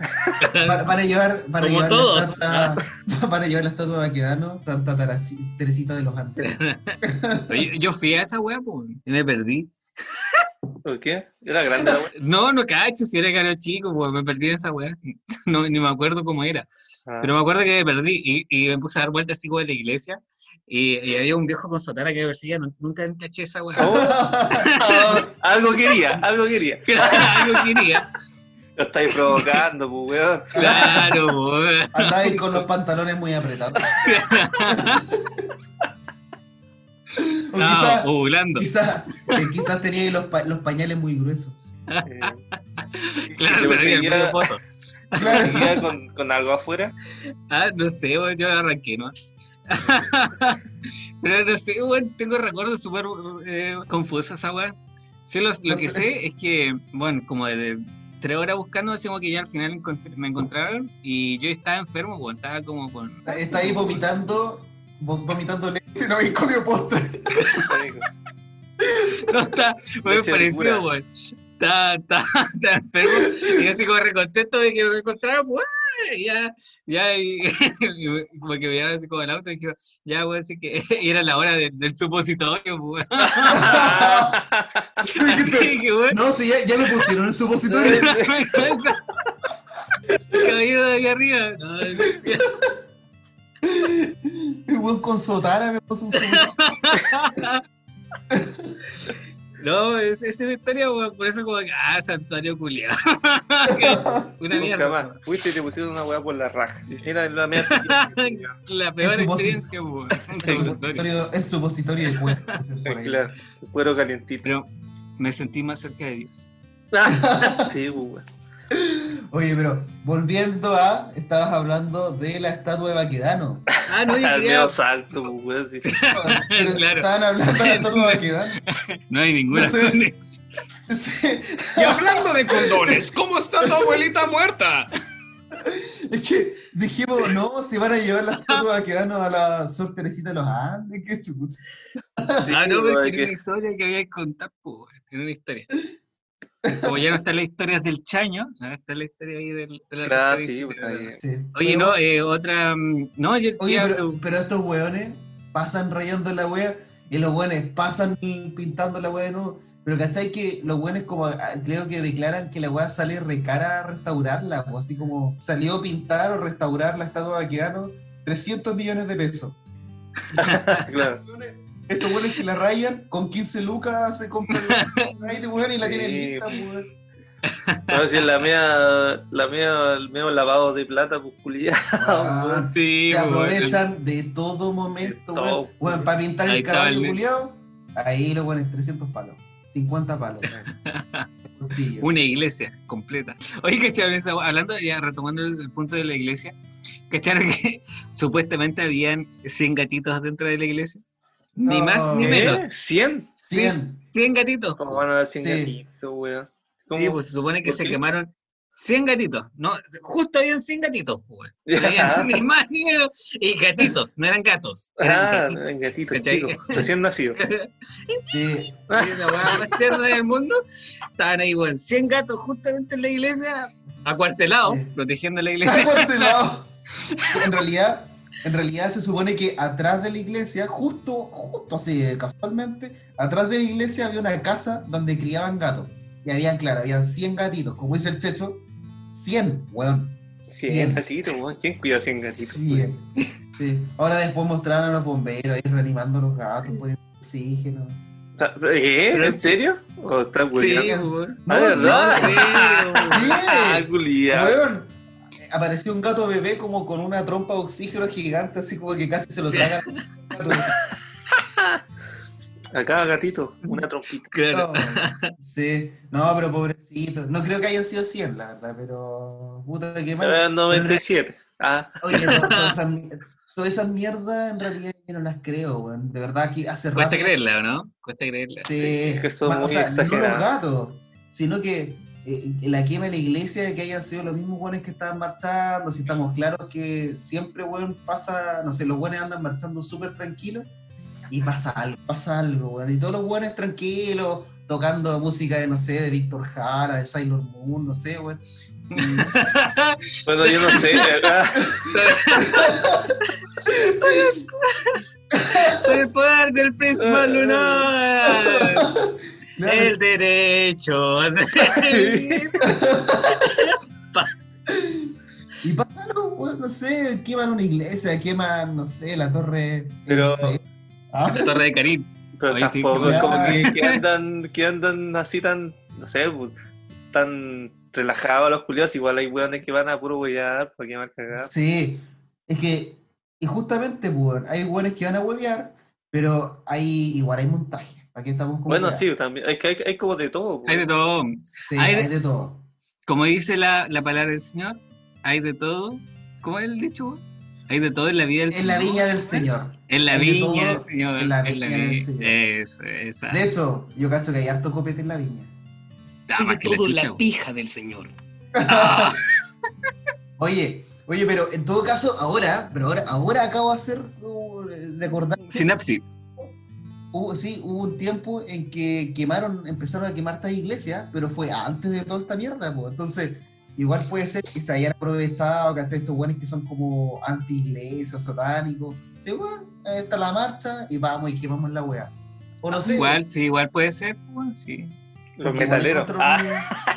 Speaker 1: Van van a llevar. Van a
Speaker 3: Como
Speaker 1: llevar
Speaker 3: todos.
Speaker 1: La estatua, van a llevar la estatua de Baquedano, Santa Taraci- Teresita de los Andes.
Speaker 3: Oye, Yo, fui a esa wea, pues, y me perdí.
Speaker 2: ¿Por qué? Era grande la wea.
Speaker 3: No, no cacho, si era caro chico, pues, me perdí en esa wea. No, ni me acuerdo cómo era.
Speaker 2: Ah,
Speaker 3: Pero me acuerdo que me perdí y, y me puse a dar vueltas así como en la iglesia Y, y había un viejo con sotana que me perseguía, nun- nunca encaché esa weá.
Speaker 1: Oh.
Speaker 2: Ah, Oh. algo quería, algo quería.
Speaker 3: Claro, algo quería.
Speaker 2: Lo estáis provocando, pues, weón.
Speaker 3: Claro, po, weón.
Speaker 1: Andaba ahí con los pantalones muy apretados. O
Speaker 3: Estaba
Speaker 1: quizás
Speaker 3: ovulando.
Speaker 1: quizá, eh, quizás tenía ahí los, pa- los pañales muy gruesos.
Speaker 2: Eh,
Speaker 3: Claro,
Speaker 2: que
Speaker 3: se
Speaker 2: me
Speaker 3: veía el
Speaker 2: seguía-
Speaker 3: medio poto.
Speaker 2: me seguía con, con algo afuera.
Speaker 3: Ah, no sé, weón, yo arranqué, ¿no? Pero no sé, weón, tengo recuerdos súper eh, confusos esa weá. Sí, los- lo
Speaker 1: No
Speaker 3: que
Speaker 1: sé.
Speaker 3: sé es que, bueno, como de tres horas buscando, decimos que ya al final encont- me encontraron y yo estaba enfermo, weón, estaba como con...
Speaker 1: Está ahí vomitando, vo- vomitando leche, no habéis comido postre.
Speaker 3: No, está, me
Speaker 2: Leche de cura.
Speaker 3: pareció, weón. Está, está, está enfermo y así como recontento de que me encontraron, pues, ¡ah! y ya, ya, y, y como que miraron así como el auto y dijeron, ya, weón, así que era la hora del, del supositorio, pues, weón.
Speaker 1: Tú dijiste,
Speaker 3: Así que bueno,
Speaker 1: No, sí, ya, ya me pusieron el supositorio.
Speaker 3: me cansa. Caído de aquí arriba. No, es-
Speaker 1: El weón con sotara me puso un supositorio.
Speaker 3: No, es, es una historia, weón, por eso como que, ah, santuario culiado. una mierda.
Speaker 2: Nunca más. Fuiste y te pusieron una weá por la raja. Era la mierda.
Speaker 3: esa. La peor
Speaker 1: Es su voz.
Speaker 3: experiencia, pues, weón.
Speaker 1: El
Speaker 3: Supositorio.
Speaker 1: supositorio- El supositorio de cuerpo. por ahí.
Speaker 2: claro, el cuero calientito.
Speaker 3: Pero me sentí más cerca de Dios.
Speaker 2: sí, pues, weón.
Speaker 1: Oye, pero volviendo a, estabas hablando de la estatua de Baquedano.
Speaker 3: Ah, no, yo
Speaker 2: Al medio
Speaker 3: quería...
Speaker 2: salto, pues, weón. sí.
Speaker 1: Pero
Speaker 3: Claro.
Speaker 1: Estaban hablando de la estatua de Baquedano.
Speaker 3: No hay ninguna.
Speaker 1: No sé.
Speaker 3: conexión.
Speaker 1: Sí,
Speaker 4: Y hablando de condones, ¿cómo está tu abuelita muerta?
Speaker 1: es que dijimos, no, se van a llevar la estatua de Baquedano a la Sor Teresita de los Andes, qué chucha.
Speaker 2: Sí,
Speaker 3: ah, no, pero
Speaker 2: weón,
Speaker 3: es
Speaker 2: que-
Speaker 3: que era una historia que había que contar, pues, weón, era una historia. Como ya no está la historia del Chaño, ahora está la historia ahí del... de la
Speaker 2: Claro,
Speaker 3: Santa
Speaker 2: sí,
Speaker 3: Isabel,
Speaker 2: pues, está
Speaker 3: ¿verdad?
Speaker 2: bien.
Speaker 1: Sí.
Speaker 3: Oye,
Speaker 1: Pero-
Speaker 3: no, eh, otra. mm, No, yo.
Speaker 1: Oye,
Speaker 3: ya,
Speaker 1: pero, pero estos weones pasan rayando la wea y los weones pasan pintando la wea de nuevo. Pero ¿cachai que los weones como ah, creo que declaran que la wea sale recara a restaurarla? O así como salió pintar o restaurar la estatua de Baquedano 300 millones de pesos.
Speaker 2: Claro.
Speaker 1: Estos weones que la rayan con 15 lucas se compran la raíz de weón y la tienen
Speaker 2: Sí,
Speaker 1: lista, weón.
Speaker 2: No, si es la mía, la mía, el medio lavado de plata, pues, culiado,
Speaker 1: Ah,
Speaker 2: weón.
Speaker 3: sí,
Speaker 1: se
Speaker 3: weón,
Speaker 1: aprovechan de todo momento,
Speaker 2: De
Speaker 1: weón.
Speaker 2: todo.
Speaker 1: Weón, para pintar
Speaker 3: Ahí
Speaker 1: el
Speaker 3: estaba
Speaker 1: caballo
Speaker 3: el-
Speaker 1: culiao, ahí los weones 300 palos, 50 palos. Sí,
Speaker 3: Una iglesia completa. Oye, cacharon esa hua- hablando, ya retomando el, el punto de la iglesia, cacharon que supuestamente habían 100 gatitos dentro de la iglesia. Ni
Speaker 1: No.
Speaker 3: más ni
Speaker 1: ¿Qué?
Speaker 3: menos.
Speaker 2: ¿Eh? ¿Cien?
Speaker 1: 100.
Speaker 3: 100 gatitos.
Speaker 2: ¿Cómo van a dar cien
Speaker 1: Sí.
Speaker 2: gatitos, weón? ¿Cómo?
Speaker 3: Sí, pues se supone que
Speaker 2: ¿Por
Speaker 3: se
Speaker 2: qué?
Speaker 3: quemaron 100 gatitos. No, justo habían 100 gatitos, pues, weón.
Speaker 2: Ya.
Speaker 3: Habían ni más ni menos. Y gatitos, no eran gatos. Eran
Speaker 2: Ah,
Speaker 3: gatitos.
Speaker 2: en gatitos,
Speaker 3: ¿Cachai?
Speaker 2: chicos, recién nacido.
Speaker 1: Sí.
Speaker 3: Es la weá más tierna del mundo. Estaban ahí, weón, 100 gatos justamente en la iglesia, acuartelados,
Speaker 1: Sí.
Speaker 3: protegiendo la
Speaker 1: Está
Speaker 3: iglesia.
Speaker 1: cuartelado. este En realidad, en realidad se supone que atrás de la iglesia, justo, justo así eh, casualmente, atrás de la iglesia había una casa donde criaban gatos. Y habían, claro, habían 100 gatitos, como dice el Checho, 100, weón.
Speaker 2: Cien gatitos, weón. ¿Quién cuida cien gatitos? weón?
Speaker 1: 100. Sí. Ahora después mostraron a los bomberos ahí reanimando a los gatos, poniendo oxígeno.
Speaker 2: Ta- ¿Eh? ¿En serio? ¿O está
Speaker 3: Sí,
Speaker 2: culiado?
Speaker 3: weón.
Speaker 1: No,
Speaker 2: Ah,
Speaker 1: sí,
Speaker 2: ¿verdad?
Speaker 1: sí,
Speaker 3: Sí,
Speaker 2: Ah, culiado.
Speaker 1: Weón, apareció un gato bebé como con una trompa de oxígeno gigante, así como que casi se lo traga.
Speaker 2: A cada gatito, una trompita.
Speaker 3: claro.
Speaker 1: No, sí, no, pero pobrecito. No creo que haya sido 100, la verdad, pero. Puta, qué mal.
Speaker 2: Era 97. Ah,
Speaker 1: Oye, to- todas esas mier- todas esas mierdas en realidad yo no las creo, weón. De verdad que hace rato.
Speaker 3: Cuesta creerla, ¿o ¿no? Cuesta creerla.
Speaker 1: Sí,
Speaker 2: es que son
Speaker 1: más-
Speaker 2: muy
Speaker 1: no los
Speaker 2: exageradas.
Speaker 1: gatos, sino que eh, la quema de la iglesia de que hayan sido los mismos buenos que estaban marchando, si estamos claros que siempre, weón, pasa, no sé, los buenos andan marchando súper tranquilos y pasa algo, pasa algo, weón, y todos los buenos tranquilos, tocando música de, no sé, de Víctor Jara, de Sailor Moon, no sé, weón. Y-
Speaker 2: bueno, yo no sé. ah,
Speaker 3: Por el poder del prisma
Speaker 2: Ah,
Speaker 3: lunar. El derecho. de-
Speaker 1: Y pasa algo, weón, no sé, queman una iglesia, queman, no sé, la torre.
Speaker 2: Pero-
Speaker 1: Ah,
Speaker 3: La torre de Karim.
Speaker 2: Pero
Speaker 3: Ahí sí, pues,
Speaker 2: tampoco es
Speaker 1: ya.
Speaker 2: como que, que andan, que andan así tan, no sé, pu- tan relajados los culiados. Igual hay weones que van a puro huear para quemar cagadas.
Speaker 1: sí. Es que, y justamente, pues, weón, hay weones que van a huevear, pero hay, igual hay montaje. Aquí estamos como
Speaker 2: Bueno,
Speaker 1: ya.
Speaker 2: sí, también. Es que hay, hay como de todo.
Speaker 3: pues,
Speaker 2: pues.
Speaker 3: Hay de
Speaker 2: weón.
Speaker 3: todo.
Speaker 1: Sí,
Speaker 3: hay
Speaker 1: hay,
Speaker 3: de-
Speaker 1: de todo.
Speaker 3: Como dice la, la palabra del Señor, hay de todo. ¿Cómo es el dicho? weón? Hay de todo en la vida del
Speaker 1: En
Speaker 3: Señor.
Speaker 1: la viña del
Speaker 3: weón.
Speaker 1: Señor.
Speaker 3: En la
Speaker 1: Hay de
Speaker 3: viña
Speaker 1: todo
Speaker 3: del Señor.
Speaker 1: en la viña del
Speaker 3: vi-
Speaker 1: Señor.
Speaker 3: Eso, esa.
Speaker 1: De hecho, yo cacho que hay harto copete en la viña.
Speaker 3: Ah, más que la
Speaker 4: todo en la
Speaker 3: chucha, weón.
Speaker 4: pija del señor.
Speaker 3: Ah,
Speaker 1: Oye, oye, pero en todo caso, ahora, pero ahora, ahora acabo de hacer, uh, de acordar,
Speaker 3: sinapsis.
Speaker 1: hubo, sí, hubo un tiempo en que quemaron, empezaron a quemar estas iglesias, pero fue antes de toda esta mierda, pues. Entonces, igual puede ser que se hayan aprovechado, ¿cachai? Estos buenos que son como anti-iglesias, satánicos. Sí, bueno, ahí está la marcha y vamos y quemamos la weá. O no sé.
Speaker 3: Igual, sí, igual puede ser. weón, sí.
Speaker 2: Los
Speaker 1: igual
Speaker 2: metaleros.
Speaker 1: encontraron-
Speaker 2: Ah,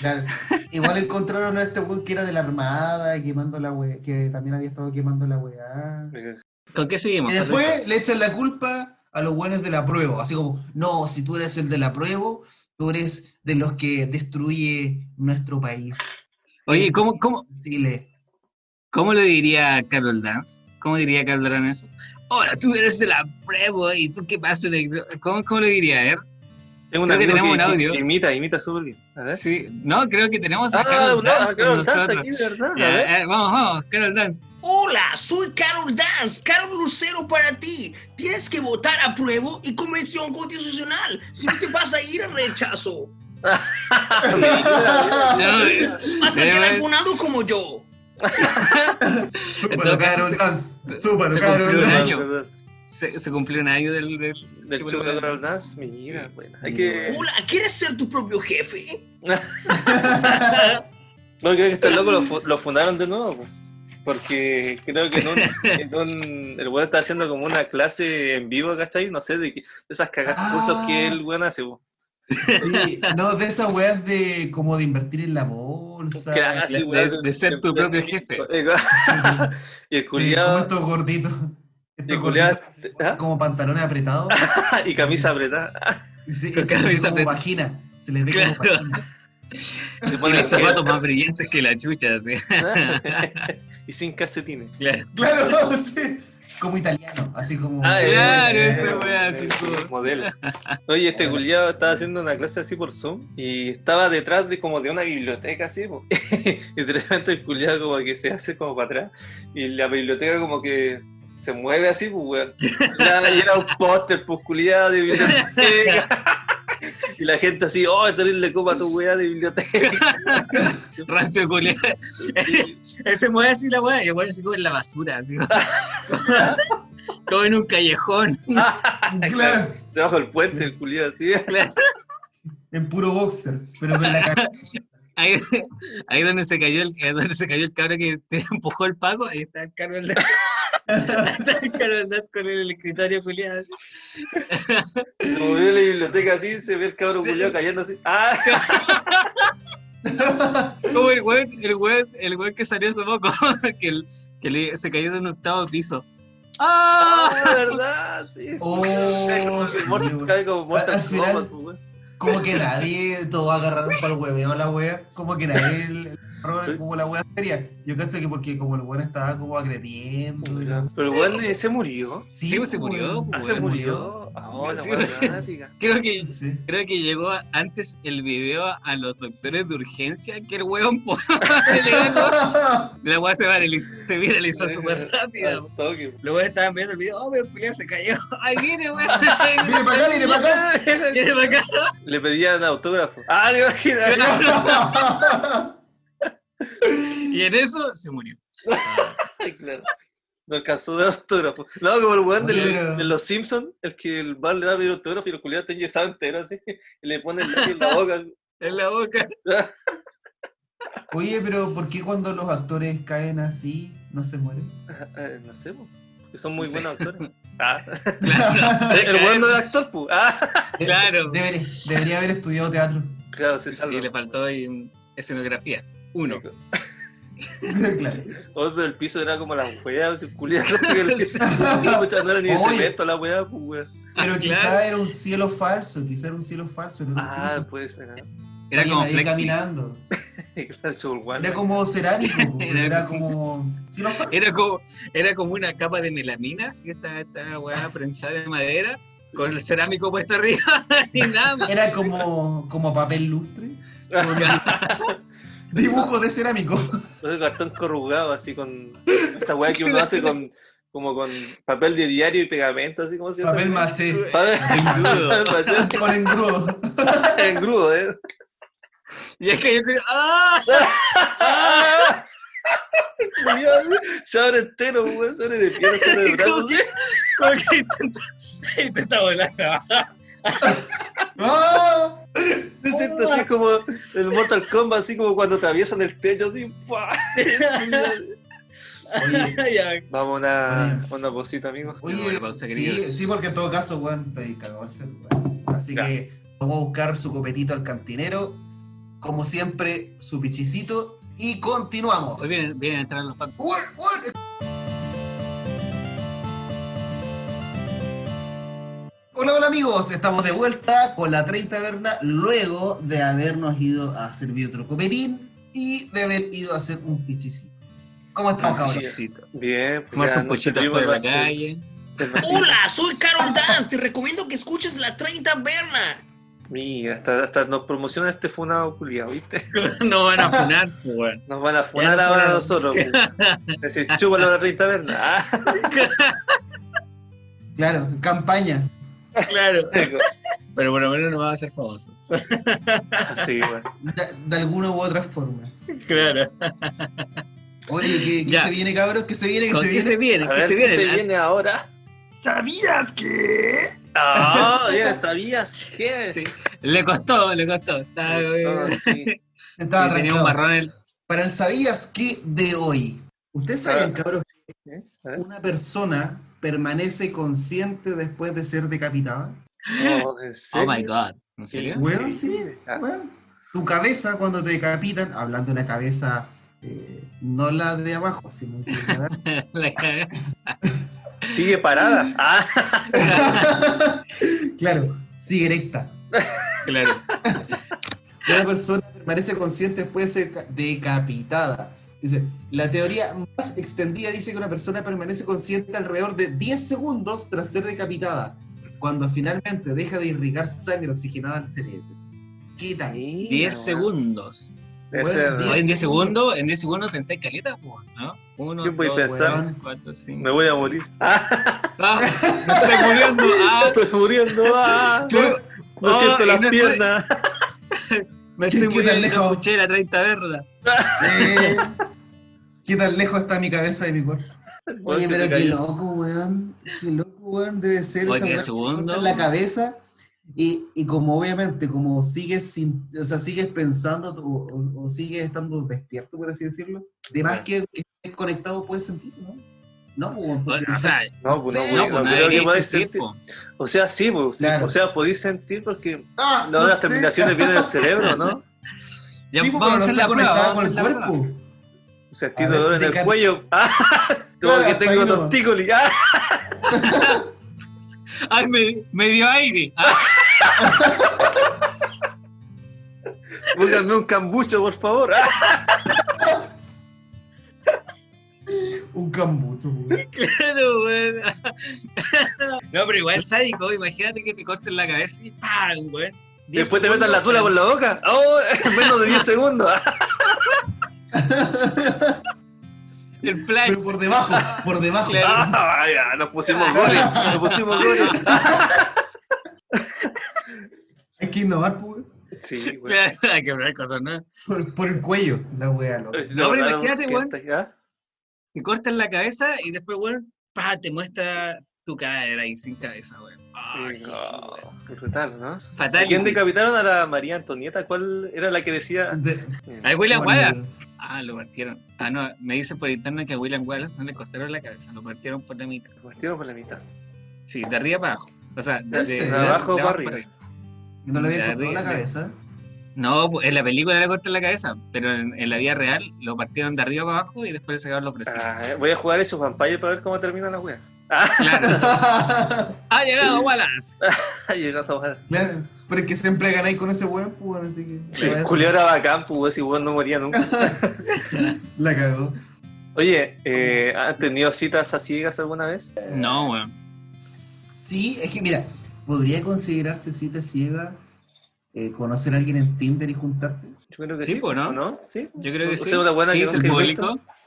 Speaker 1: Claro. Igual encontraron a este weón que era de la armada, quemando la weá, que también había estado quemando la weá.
Speaker 2: eh,
Speaker 3: ¿Con qué seguimos?
Speaker 1: Y después le echan la culpa a los buenos de la prueba. Así como, no, si tú eres el de la prueba, tú eres de los que destruye nuestro país,
Speaker 3: Oye, ¿cómo, cómo,
Speaker 1: Chile.
Speaker 3: ¿Cómo lo diría Carol Dance? ¿Cómo diría Carol Dance eso? Ahora tú eres de la prueba y tú qué pasa. ¿Cómo, cómo lo diría? A ver.
Speaker 2: tengo un
Speaker 3: Creo que
Speaker 2: amigo
Speaker 3: tenemos
Speaker 2: que,
Speaker 3: un
Speaker 2: que
Speaker 3: audio.
Speaker 2: imita, imita súper bien. A ver.
Speaker 3: Sí. No, creo que tenemos a
Speaker 2: ¿Eh? Ah,
Speaker 3: Carol
Speaker 2: no,
Speaker 3: Dance con
Speaker 2: Carol Dance
Speaker 3: nosotros.
Speaker 2: aquí, de verdad. a
Speaker 3: Ya,
Speaker 2: ver.
Speaker 3: eh, vamos, vamos, Carol Dance.
Speaker 4: Hola, soy Carol Dance, Carol Lucero para ti. Tienes que votar a prueba y convención constitucional. Si no te vas a ir al rechazo,
Speaker 3: No, eh,
Speaker 4: vas a
Speaker 3: Eh,
Speaker 4: quedar
Speaker 3: eh.
Speaker 4: funado como yo.
Speaker 3: En todo caso, se- se cumplió un año. se, se cumplió un año del... del-
Speaker 2: Del
Speaker 3: Qué
Speaker 2: chocolate
Speaker 3: bueno.
Speaker 2: al Nas, mira, bueno. Hay
Speaker 1: Sí,
Speaker 2: que.
Speaker 4: Hola, ¿quieres ser tu propio jefe?
Speaker 2: No, creo que estos locos lo, fu- lo fundaron de nuevo, po. porque creo que en un- en un- el weón está haciendo como una clase en vivo, ¿cachai? No sé, de, que- de esas cagas
Speaker 1: Ah.
Speaker 2: cursos que el weón hace, po.
Speaker 1: Sí, no, de esas weas de como de invertir en la bolsa.
Speaker 2: Que hace,
Speaker 3: de-
Speaker 2: weón,
Speaker 3: de- de ser tu propio jefe.
Speaker 2: y el
Speaker 1: Sí, como
Speaker 2: culiado,
Speaker 1: estos gorditos. Estos
Speaker 2: el culiado,
Speaker 1: gorditos
Speaker 2: ¿ah?
Speaker 1: como pantalones apretados.
Speaker 2: y camisa apretada,
Speaker 1: Sí,
Speaker 3: Con
Speaker 1: se les ve
Speaker 3: camisa
Speaker 1: como
Speaker 3: apretada.
Speaker 1: vagina. Se les ve como
Speaker 3: Claro.
Speaker 1: vagina.
Speaker 2: se
Speaker 3: Y
Speaker 2: pone
Speaker 3: los
Speaker 2: gel,
Speaker 3: zapatos más brillantes que la chucha, así.
Speaker 2: y sin calcetines.
Speaker 3: Claro.
Speaker 1: Claro, sí. Como italiano, así como.
Speaker 2: Ah,
Speaker 3: Claro,
Speaker 1: Eh,
Speaker 3: ese weón, así
Speaker 2: eh,
Speaker 3: como-
Speaker 2: Modelo. Oye, este culiado estaba haciendo una clase así por Zoom y estaba detrás de como de una biblioteca así, po. y de repente el culiado como que se hace como para atrás y la biblioteca como que se mueve así, pues, weón. Ya, y era un póster, pues, culiado de biblioteca. y la gente así, oh, terrible copa tu weá de biblioteca.
Speaker 3: Rancio culiao. Ese mueve así la weá y el weón así como en la basura, así. como en un callejón.
Speaker 1: Claro.
Speaker 2: Debajo del puente, el culiado así.
Speaker 1: En puro boxer, pero con la cara.
Speaker 3: Ahí, ahí donde se cayó el, ahí donde se cayó el cabro que te empujó el pago, ahí está el Carol Daz. Ahí está el Carol Daz con el escritorio culiado.
Speaker 2: Se movió la biblioteca así, se ve el cabrón
Speaker 3: Sí.
Speaker 2: culiado cayendo así. ¡Ah!
Speaker 3: Como el weón, el weón, el weón que salió hace poco, que, el- que le- se cayó de un octavo piso.
Speaker 2: Ah,
Speaker 3: ¡Ah!
Speaker 2: verdad, sí.
Speaker 1: Oh,
Speaker 2: Como muerto,
Speaker 1: sí,
Speaker 2: cae como muerto
Speaker 1: Al
Speaker 2: en
Speaker 1: final-
Speaker 2: coma, pues, güey.
Speaker 1: Como que nadie, todos agarraron para el hueveo la wea. Como que nadie el- el error, como la wea seria. Yo cacho que porque como el weón estaba como agrediendo. y la-
Speaker 2: Pero el weón se murió.
Speaker 1: Sí,
Speaker 3: Sí, pues, se murió,
Speaker 1: weón.
Speaker 2: Ah,
Speaker 3: pues,
Speaker 2: se
Speaker 3: weón.
Speaker 2: murió. Ah, oh, la
Speaker 3: Sí,
Speaker 2: weá
Speaker 3: güey.
Speaker 2: dramática.
Speaker 3: Creo que,
Speaker 1: Sí.
Speaker 3: creo que llegó antes el video a los doctores de urgencia que el weón. po. La weá se viralizó, se viralizó súper rápido.
Speaker 2: Al toque,
Speaker 3: Luego eh, estaban viendo el video, oh, pero culiao se cayó. Ahí viene, weón.
Speaker 1: Viene para acá, viene para
Speaker 2: güey.
Speaker 3: Viene para acá.
Speaker 2: Le pedían autógrafo. Ah, le imaginas.
Speaker 1: acá.
Speaker 3: Y en eso se murió.
Speaker 2: Ay, claro. No alcanzó de autógrafo. No, como el weón
Speaker 1: Oye,
Speaker 2: del-
Speaker 1: pero-
Speaker 2: de los Simpsons, el que el bar le va a pedir autógrafo y el culiado está enyesado entero así. Y le pone el lápiz en la boca.
Speaker 3: En la boca.
Speaker 1: Oye, pero ¿por qué cuando los actores caen así no se mueren?
Speaker 2: Eh, No sé, güey, porque son muy
Speaker 3: Sí.
Speaker 2: buenos actores. Ah,
Speaker 3: Claro.
Speaker 2: el weón no es actor, pues. Ah,
Speaker 3: Claro.
Speaker 1: Debería, debería haber estudiado teatro.
Speaker 2: claro, se
Speaker 3: Sí,
Speaker 2: salva.
Speaker 3: le faltó ahí un- escenografía. Uno.
Speaker 1: claro.
Speaker 2: Otro del Oh, piso era como la weá, circulando. No era ni de
Speaker 1: Oye.
Speaker 2: cemento la weá, pues weón.
Speaker 1: Pero
Speaker 3: Ah,
Speaker 1: quizá
Speaker 3: claro.
Speaker 1: era un cielo falso, quizá era un cielo falso. Era un
Speaker 2: Ah,
Speaker 1: piso,
Speaker 2: puede ser. ¿eh?
Speaker 3: Era
Speaker 1: alguien
Speaker 3: como
Speaker 1: ahí
Speaker 3: flexi.
Speaker 1: caminando.
Speaker 2: Claro, churguán.
Speaker 1: Era como cerámico, pues,
Speaker 3: Era-
Speaker 1: era, como cielo falso.
Speaker 3: Era como, era como una capa de melamina, así esta, esta weá prensada de madera, con el cerámico puesto arriba y nada más.
Speaker 1: Era como, como papel lustre. Dibujo de cerámico.
Speaker 2: Entonces cartón corrugado, así con esa weá que uno hace con como con papel de diario y pegamento, así como se hace.
Speaker 1: Papel maché.
Speaker 2: Papel
Speaker 3: Engrudo.
Speaker 2: papel
Speaker 1: Con engrudo.
Speaker 2: maché, engrudo, eh.
Speaker 3: Y es que yo creo, ¡ah!
Speaker 2: ¡Ah! Culiao, Se abre entero, weón, se abre de pierna, se abre de
Speaker 3: Como
Speaker 2: brazos.
Speaker 3: que, como que intenta, intenta volar.
Speaker 1: ¡Ah!
Speaker 2: Me siento así como el Mortal Kombat, así como cuando atraviesan el techo, así. ¡fua!
Speaker 1: Oye,
Speaker 3: Ya,
Speaker 2: Vamos a una, a una posita, amigos.
Speaker 1: Oye,
Speaker 3: buena pausa,
Speaker 1: sí,
Speaker 3: queridos.
Speaker 1: sí, porque en todo caso, weón, estoy cagado de sed, weón. Así
Speaker 2: Ya.
Speaker 1: que vamos a buscar su copetito al cantinero, como siempre, su pichicito, y continuamos.
Speaker 3: hoy vienen, vienen a entrar los papis.
Speaker 1: Weón, weón, Hola, hola amigos, estamos de vuelta con la 30 Verna luego de habernos ido a servir otro copetín y de haber ido a hacer un pichicito. ¿Cómo están,
Speaker 3: Ah,
Speaker 1: cabros?
Speaker 3: Pobrecito.
Speaker 2: Bien, pues
Speaker 3: Fumarse
Speaker 2: ya
Speaker 3: un
Speaker 2: nos
Speaker 3: puchito
Speaker 2: servimos
Speaker 3: afuera de la
Speaker 2: las-
Speaker 3: calle.
Speaker 2: del vasito.
Speaker 4: Hola, soy Carol Dance. Te recomiendo que escuches la 30 Berna.
Speaker 2: Mira, hasta, hasta nos promociona este funado culiado, ¿viste?
Speaker 3: No van a funar, pues, weón.
Speaker 2: Nos van a funar
Speaker 3: Ya
Speaker 2: ahora
Speaker 3: nos
Speaker 2: a
Speaker 3: funaron.
Speaker 2: nosotros. güey. Es decir, chúpalo a la rey taberna. Ah,
Speaker 1: Claro, campaña.
Speaker 3: Claro.
Speaker 2: tengo.
Speaker 3: Pero por lo menos no va a ser famoso.
Speaker 2: ah, Sí, güey.
Speaker 1: de, de alguna u otra forma.
Speaker 3: Claro.
Speaker 1: Oye, ¿qué, qué
Speaker 3: Ya.
Speaker 1: se viene, cabros? ¿Qué se viene? ¿Qué
Speaker 3: ¿Con
Speaker 1: se
Speaker 3: qué
Speaker 1: viene?
Speaker 3: se viene?
Speaker 2: A
Speaker 3: ¿Qué
Speaker 2: ver,
Speaker 3: se viene? Ah,
Speaker 2: ahora?
Speaker 4: ¿Sabías que?
Speaker 2: Ah, bien, ¿sabías qué?
Speaker 3: Sí. Le costó, le costó. Está-
Speaker 2: Ah, sí.
Speaker 1: Estaba
Speaker 3: sí, tenía un
Speaker 1: trancado.
Speaker 3: marrón en el...
Speaker 1: Para el sabías que de hoy. Ustedes sabían, cabros,
Speaker 2: ¿Eh? A
Speaker 1: que
Speaker 2: ver.
Speaker 1: una persona permanece consciente después de ser decapitada.
Speaker 2: No, ¿en
Speaker 3: Oh
Speaker 2: serio?
Speaker 3: my god. ¿En serio?
Speaker 1: Weón, sí.
Speaker 2: Ah.
Speaker 1: Weón. Tu cabeza cuando te decapitan, hablando de la cabeza, eh, no la de abajo, sino que la de-
Speaker 3: La cagué.
Speaker 2: Sigue parada. Ah,
Speaker 1: claro, sigue erecta.
Speaker 3: Claro.
Speaker 1: una persona permanece consciente después de ser ca- decapitada. Dice, la teoría más extendida dice que una persona permanece consciente alrededor de 10 segundos tras ser decapitada, cuando finalmente deja de irrigar sangre oxigenada al cerebro. ¿Qué tal?
Speaker 3: 10 segundos.
Speaker 2: Debe
Speaker 1: Bueno,
Speaker 2: ser-
Speaker 1: diez.
Speaker 3: Oye, en 10 segundos, en 10 segundos pensé caleta, po, ¿no? Uno,
Speaker 2: ¿Qué voy a
Speaker 3: dos,
Speaker 2: pensar?
Speaker 3: tres, cuatro, cinco.
Speaker 2: Me voy a morir. Ah,
Speaker 3: Ah, me estoy muriendo. Ah,
Speaker 2: estoy muriendo. Ah,
Speaker 1: Claro.
Speaker 2: no
Speaker 3: Ah,
Speaker 2: siento
Speaker 3: y
Speaker 2: las
Speaker 3: no estoy-
Speaker 2: piernas.
Speaker 3: me
Speaker 1: ¿Qué- qué
Speaker 3: estoy
Speaker 1: tan
Speaker 3: muriendo.
Speaker 1: lejos?
Speaker 3: Escuché la 30 verla.
Speaker 1: Eh, ¿Qué tan lejos está mi cabeza de mi cuerpo? Oye, pero qué loco, weón. Qué loco, weón, debe ser.
Speaker 3: Oye,
Speaker 1: esa
Speaker 3: diez
Speaker 1: weá que te
Speaker 3: segundos.
Speaker 1: cortan la cabeza. Y, y como obviamente, como sigues sin, o sea, sigues pensando tú- o, o sigues estando despierto, por así decirlo, de más que, que estés conectado puedes sentir, ¿no? No, weón, porque-
Speaker 3: Bueno, o sea,
Speaker 2: No, pues no,
Speaker 1: Sí,
Speaker 2: güey,
Speaker 3: no,
Speaker 2: no
Speaker 3: pues
Speaker 2: creo
Speaker 3: nadie
Speaker 2: que podés
Speaker 3: dice, pues.
Speaker 2: sentir.
Speaker 3: po.
Speaker 2: O sea, sí, pues, sí,
Speaker 1: Claro.
Speaker 2: o sea, podéis sentir porque
Speaker 1: ¡Ah,
Speaker 2: no, las
Speaker 1: sé!
Speaker 2: terminaciones vienen del cerebro, ¿no?
Speaker 3: Ya
Speaker 1: Sí,
Speaker 3: vamos a hacer
Speaker 1: pero no
Speaker 3: la
Speaker 1: está conectado
Speaker 3: prueba, vamos a
Speaker 1: con
Speaker 3: hacer
Speaker 1: el
Speaker 3: la prueba.
Speaker 1: cuerpo.
Speaker 2: Sentir
Speaker 1: A ver,
Speaker 2: dolor en el
Speaker 1: déjate.
Speaker 2: cuello. ¡Ah! Como
Speaker 1: Claro,
Speaker 2: que
Speaker 1: hasta ahí
Speaker 2: tengo
Speaker 1: nomás.
Speaker 2: testículos. ¡Ah!
Speaker 3: Ay, me, me dio aire. Ah,
Speaker 2: Búscame un cambucho, por favor. ¡Ah!
Speaker 1: Un cambucho, weón.
Speaker 3: claro, weón. No, pero igual sádico, imagínate que te corten la cabeza y ¡pam! weón. Diez
Speaker 2: Después te
Speaker 3: segundos,
Speaker 2: metan la tula por la boca. ¡Oh! En menos de 10 segundos. ¡Ah!
Speaker 3: El flash.
Speaker 1: Pero por debajo, por debajo.
Speaker 3: Claro.
Speaker 2: ¡Ah! ya, nos pusimos goles. Nos pusimos goles.
Speaker 1: Hay que innovar, weón.
Speaker 2: Sí, güey.
Speaker 3: Claro, hay que probar cosas, ¿no?
Speaker 1: Por, por el cuello, la wea loca.
Speaker 2: Si te
Speaker 3: No, pero
Speaker 2: acordaron,
Speaker 3: imagínate,
Speaker 2: gente, ¿ah?
Speaker 3: Te cortan la cabeza y después, weón, pa, te muestra tu cadera ahí sin cabeza, weón. Ah,
Speaker 2: Sí,
Speaker 3: qué
Speaker 2: no,
Speaker 3: weón.
Speaker 2: Brutal, ¿no?
Speaker 3: Fatal.
Speaker 2: ¿A quién
Speaker 3: weón.
Speaker 2: decapitaron a la María Antonieta? ¿Cuál era la que decía? "Ah,
Speaker 1: De-
Speaker 3: A William
Speaker 1: Bueno,
Speaker 3: Wallace. Ah, lo partieron. Ah, no, me dicen por internet que a William Wallace no le cortaron la cabeza, lo partieron por la mitad.
Speaker 2: Partieron por la mitad.
Speaker 3: Sí, de arriba para abajo. O sea, de,
Speaker 1: ¿En serio?
Speaker 3: de-
Speaker 1: De
Speaker 2: abajo
Speaker 3: de
Speaker 2: para
Speaker 3: para
Speaker 2: arriba.
Speaker 3: arriba.
Speaker 1: No le había
Speaker 3: Ya,
Speaker 1: cortado la
Speaker 3: ríe,
Speaker 1: cabeza.
Speaker 3: No, pues, en la película le cortan la cabeza, pero en, en la vida real lo partieron de arriba para abajo y después se acabaron los presos.
Speaker 2: Ah, voy a jugar esos vampires para ver cómo termina la wea. Ah,
Speaker 3: Claro. ¡Ha llegado Wallace!
Speaker 2: llegó esa wea.
Speaker 1: Claro, pero es que siempre ganáis con ese weón, pues, bueno, así que.
Speaker 2: Si
Speaker 1: la
Speaker 2: el
Speaker 1: verdad,
Speaker 2: Julio era bacán, pues weón, si weón no moría nunca.
Speaker 1: La cagó.
Speaker 2: Oye, eh, ¿han tenido citas a ciegas alguna vez?
Speaker 3: No, weón.
Speaker 1: Sí, es que mira, podría considerarse cita ciega eh, conocer a alguien en Tinder y juntarte.
Speaker 2: Yo creo que
Speaker 3: Sí,
Speaker 2: sí,
Speaker 3: pues, ¿no?
Speaker 2: ¿o ¿no? Sí.
Speaker 3: Yo creo
Speaker 2: O
Speaker 3: que
Speaker 2: sea,
Speaker 3: sí.
Speaker 2: una buena
Speaker 3: ¿Qué
Speaker 2: que nunca
Speaker 3: dice el
Speaker 2: he visto.
Speaker 3: público?
Speaker 2: Es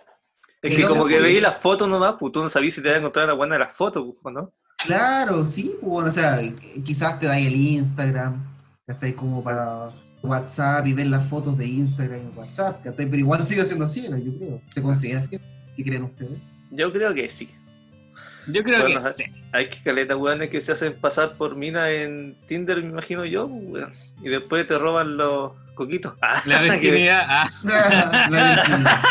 Speaker 1: Sí,
Speaker 2: que como
Speaker 1: sí,
Speaker 2: que
Speaker 1: sí.
Speaker 2: veis las fotos nomás, pues tú no sabías si te vas a encontrar la buena de las fotos, pues, ¿o ¿no?
Speaker 1: Claro, sí, pues, bueno, o sea, eh, quizás te dais el Instagram, ¿cachai? Como para WhatsApp y ver las fotos de Instagram y WhatsApp, ¿cachai? Pero igual sigue siendo ciega, yo creo. Se considera ciega. ¿Qué creen ustedes?
Speaker 2: Yo creo que sí.
Speaker 3: Yo creo
Speaker 2: Bueno,
Speaker 3: que
Speaker 2: ajá.
Speaker 3: sí.
Speaker 2: Hay que caleta, weones que se hacen pasar por mina en Tinder, me imagino yo, weón. Y después te roban los coquitos. Ah,
Speaker 3: La
Speaker 2: que-
Speaker 3: virginidad. ah,
Speaker 1: La virginidad.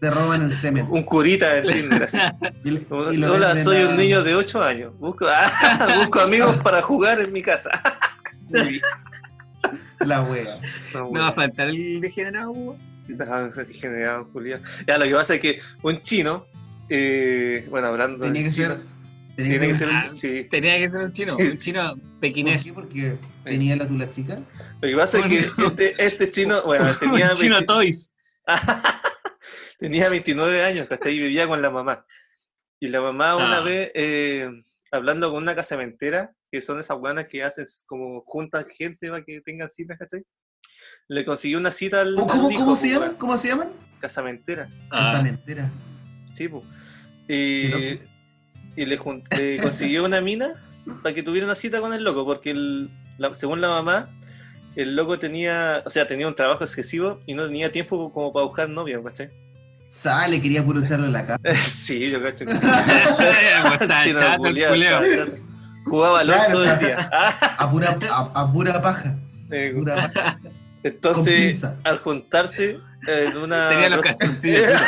Speaker 1: te roban el semen.
Speaker 2: Un curita en Tinder. así.
Speaker 1: Y le- y lo
Speaker 2: Hola,
Speaker 1: venden
Speaker 2: soy
Speaker 1: a-
Speaker 2: un niño de 8 años. Busco, ah, busco amigos para jugar en mi casa.
Speaker 1: La wea.
Speaker 2: No,
Speaker 3: no va a
Speaker 2: weón.
Speaker 3: faltar el degenerado, weón.
Speaker 2: Ah, generado, culiao. Ya, lo que pasa es que un chino, eh, bueno, hablando. de
Speaker 1: Tenía que ser.
Speaker 2: chinos,
Speaker 1: Tenía
Speaker 2: Tiene que ser
Speaker 3: ser
Speaker 2: un
Speaker 3: un-
Speaker 2: chi- sí.
Speaker 3: Tenía que ser un chino, un chino
Speaker 1: ¿Por
Speaker 3: pequinés.
Speaker 1: qué? Porque tenía la tula chica.
Speaker 2: Lo que pasa es que
Speaker 3: Bueno.
Speaker 2: este, este chino, bueno, tenía,
Speaker 3: Un chino
Speaker 2: 20
Speaker 3: Toys.
Speaker 2: tenía 29 años, ¿cachai? Y vivía con la mamá. Y la mamá una
Speaker 3: Ah.
Speaker 2: vez, eh, hablando con una casamentera, que son esas guanas que hacen como juntan gente para que tengan citas, ¿cachai? Le consiguió una cita al.
Speaker 1: ¿Cómo,
Speaker 2: al
Speaker 1: cómo,
Speaker 2: hijo,
Speaker 1: cómo se
Speaker 2: pues,
Speaker 1: llaman? ¿Cómo se llaman?
Speaker 2: weón. Casamentera,
Speaker 3: Ah,
Speaker 1: Casamentera.
Speaker 2: sí, pues. Y,
Speaker 1: loco.
Speaker 2: y le, jun- le consiguió una mina para que tuviera una cita con el loco, porque el- la- según la mamá, el loco tenía, o sea, tenía un trabajo excesivo y no tenía tiempo como para buscar novia, ¿cachai?
Speaker 1: Sale, quería puro echarle a la cara.
Speaker 2: Sí, yo cacho que sí.
Speaker 3: Ah, pues está
Speaker 2: Chino,
Speaker 3: chato el
Speaker 2: culiao,
Speaker 3: culeo.
Speaker 2: estaba chato. Jugaba LOL
Speaker 1: Claro,
Speaker 2: todo el
Speaker 1: está.
Speaker 2: día. Ah,
Speaker 1: A pura, a, a pura paja.
Speaker 2: eh,
Speaker 1: Pura paja. Con
Speaker 2: entonces,
Speaker 1: pinza.
Speaker 2: al juntarse en una.
Speaker 3: Tenía los calzoncillos.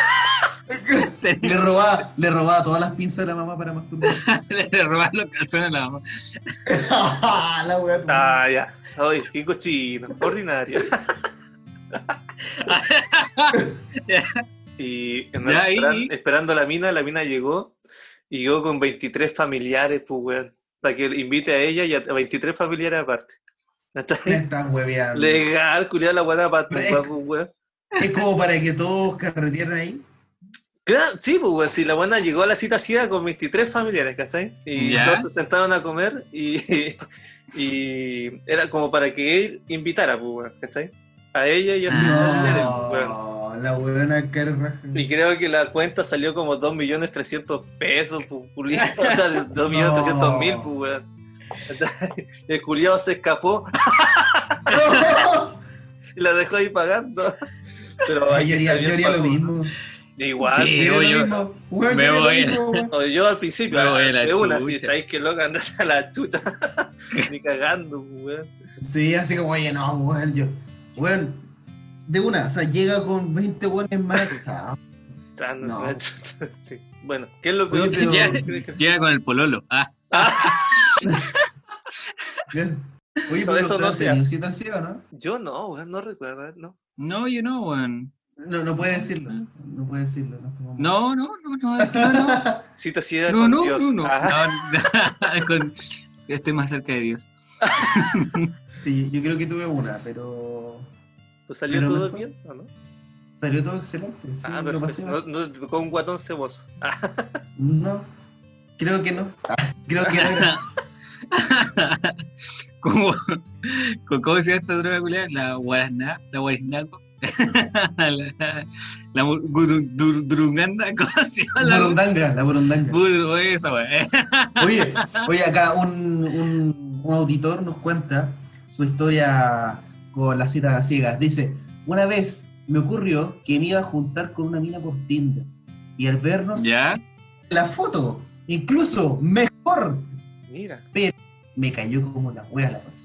Speaker 1: Le
Speaker 3: Tenía-
Speaker 1: robaba, le robaba todas las pinzas de la mamá para masturbarse.
Speaker 3: Le robaron los calzones a la mamá.
Speaker 1: la wea. tu madre.
Speaker 2: Ah, ya. Ay, qué cochino, ordinario. y en
Speaker 3: Ya ahí.
Speaker 2: esperan- esperando a la mina, la mina llegó y llegó con 23 familiares, pues, weón. Para que invite a ella y a 23 familiares aparte.
Speaker 1: Me
Speaker 2: ¿Cachai?
Speaker 1: están hueveando.
Speaker 2: Legal, culiada la guana para
Speaker 1: Pero es-
Speaker 2: pues, weón.
Speaker 1: Es como para que todos carretieran ahí.
Speaker 2: Claro, sí, pues, weón, si la buena llegó a la cita ciega con 23 familiares, ¿cachai? Y
Speaker 3: Ya.
Speaker 2: todos se sentaron a comer y, y era como para que él invitara, pues, weón, ¿cachai? A ella y a sus
Speaker 3: Ah.
Speaker 2: familiares, pues, weón.
Speaker 1: No, la weona carraja.
Speaker 2: Y creo que la cuenta salió como 2.300.000 pesos, pues, culiao. O sea, 2.300.000,
Speaker 1: No.
Speaker 2: pues, weón. ¿Cachai? Y el culiado se escapó y la dejó ahí pagando. Pero hay
Speaker 1: yo
Speaker 2: que
Speaker 1: haría, yo
Speaker 2: ser bien
Speaker 1: haría lo
Speaker 2: pago, ¿no?
Speaker 1: mismo.
Speaker 2: Igual,
Speaker 3: Sí,
Speaker 2: pues,
Speaker 1: Yo haría
Speaker 3: yo-
Speaker 1: lo mismo. Weón,
Speaker 3: me
Speaker 1: yo haría lo
Speaker 3: voy a-
Speaker 1: mismo, weón.
Speaker 2: O yo al principio, eh,
Speaker 3: Me voy a la
Speaker 2: de una, si
Speaker 3: chucha.
Speaker 2: sabéis que loca andas a la chucha, ni cagando, pues, weón.
Speaker 1: Sí, así como, oye, no, weón, yo. Weón, de una, o sea, llega con 20 weones más. o sea,
Speaker 2: Estando
Speaker 1: No.
Speaker 2: a Ah, la chucha, sí. Bueno, ¿qué es lo
Speaker 1: Oye,
Speaker 2: peor que
Speaker 1: pero-
Speaker 2: ya-
Speaker 3: Llega con el pololo. Ah,
Speaker 2: Ah,
Speaker 1: bien. Oye,
Speaker 2: Pero
Speaker 1: pero
Speaker 2: eso
Speaker 1: eso
Speaker 2: no
Speaker 1: no
Speaker 2: se
Speaker 1: se
Speaker 2: hace.
Speaker 1: cita ciega, ¿no?
Speaker 2: Yo no, weón, no recuerdo, eh, no.
Speaker 3: no, yo no, weón.
Speaker 1: No, no puede decirlo. No puede decirlo. este No, estamos-
Speaker 3: No, no, no, no, no, no.
Speaker 2: Cita ciega
Speaker 3: No,
Speaker 2: con
Speaker 3: no,
Speaker 2: Dios. Ah.
Speaker 3: no, no.
Speaker 2: Ajá.
Speaker 3: No, con- yo estoy más cerca de Dios.
Speaker 1: Sí, yo creo que tuve una, pero
Speaker 2: ¿Pues salió
Speaker 1: Pero
Speaker 2: todo
Speaker 1: mejor.
Speaker 2: bien o no?
Speaker 1: salió todo excelente. Sí,
Speaker 2: ah,
Speaker 1: no
Speaker 2: perfecto.
Speaker 1: pasé
Speaker 2: No,
Speaker 1: mal.
Speaker 2: no, te tocó un guatón ceboso. Ah,
Speaker 1: No, creo que no. Ah, creo que no era.
Speaker 3: ¿Cómo, con- ¿Cómo se llama esta droga culiada? La guaraná, la guarisnaco. la la mur- guru- dur- durunganda, ¿cómo se llama
Speaker 1: La
Speaker 3: la
Speaker 1: burundanga, la burundanga.
Speaker 3: Buru- esa weá.
Speaker 1: Oye, oye acá un, un- un auditor nos cuenta su historia con las citas ciegas. Dice, una vez me ocurrió que me iba a juntar con una mina por Tinder y al vernos
Speaker 3: ¿Ya?
Speaker 1: la foto, incluso mejor,
Speaker 2: mira.
Speaker 1: me cayó como la hueá la cosa.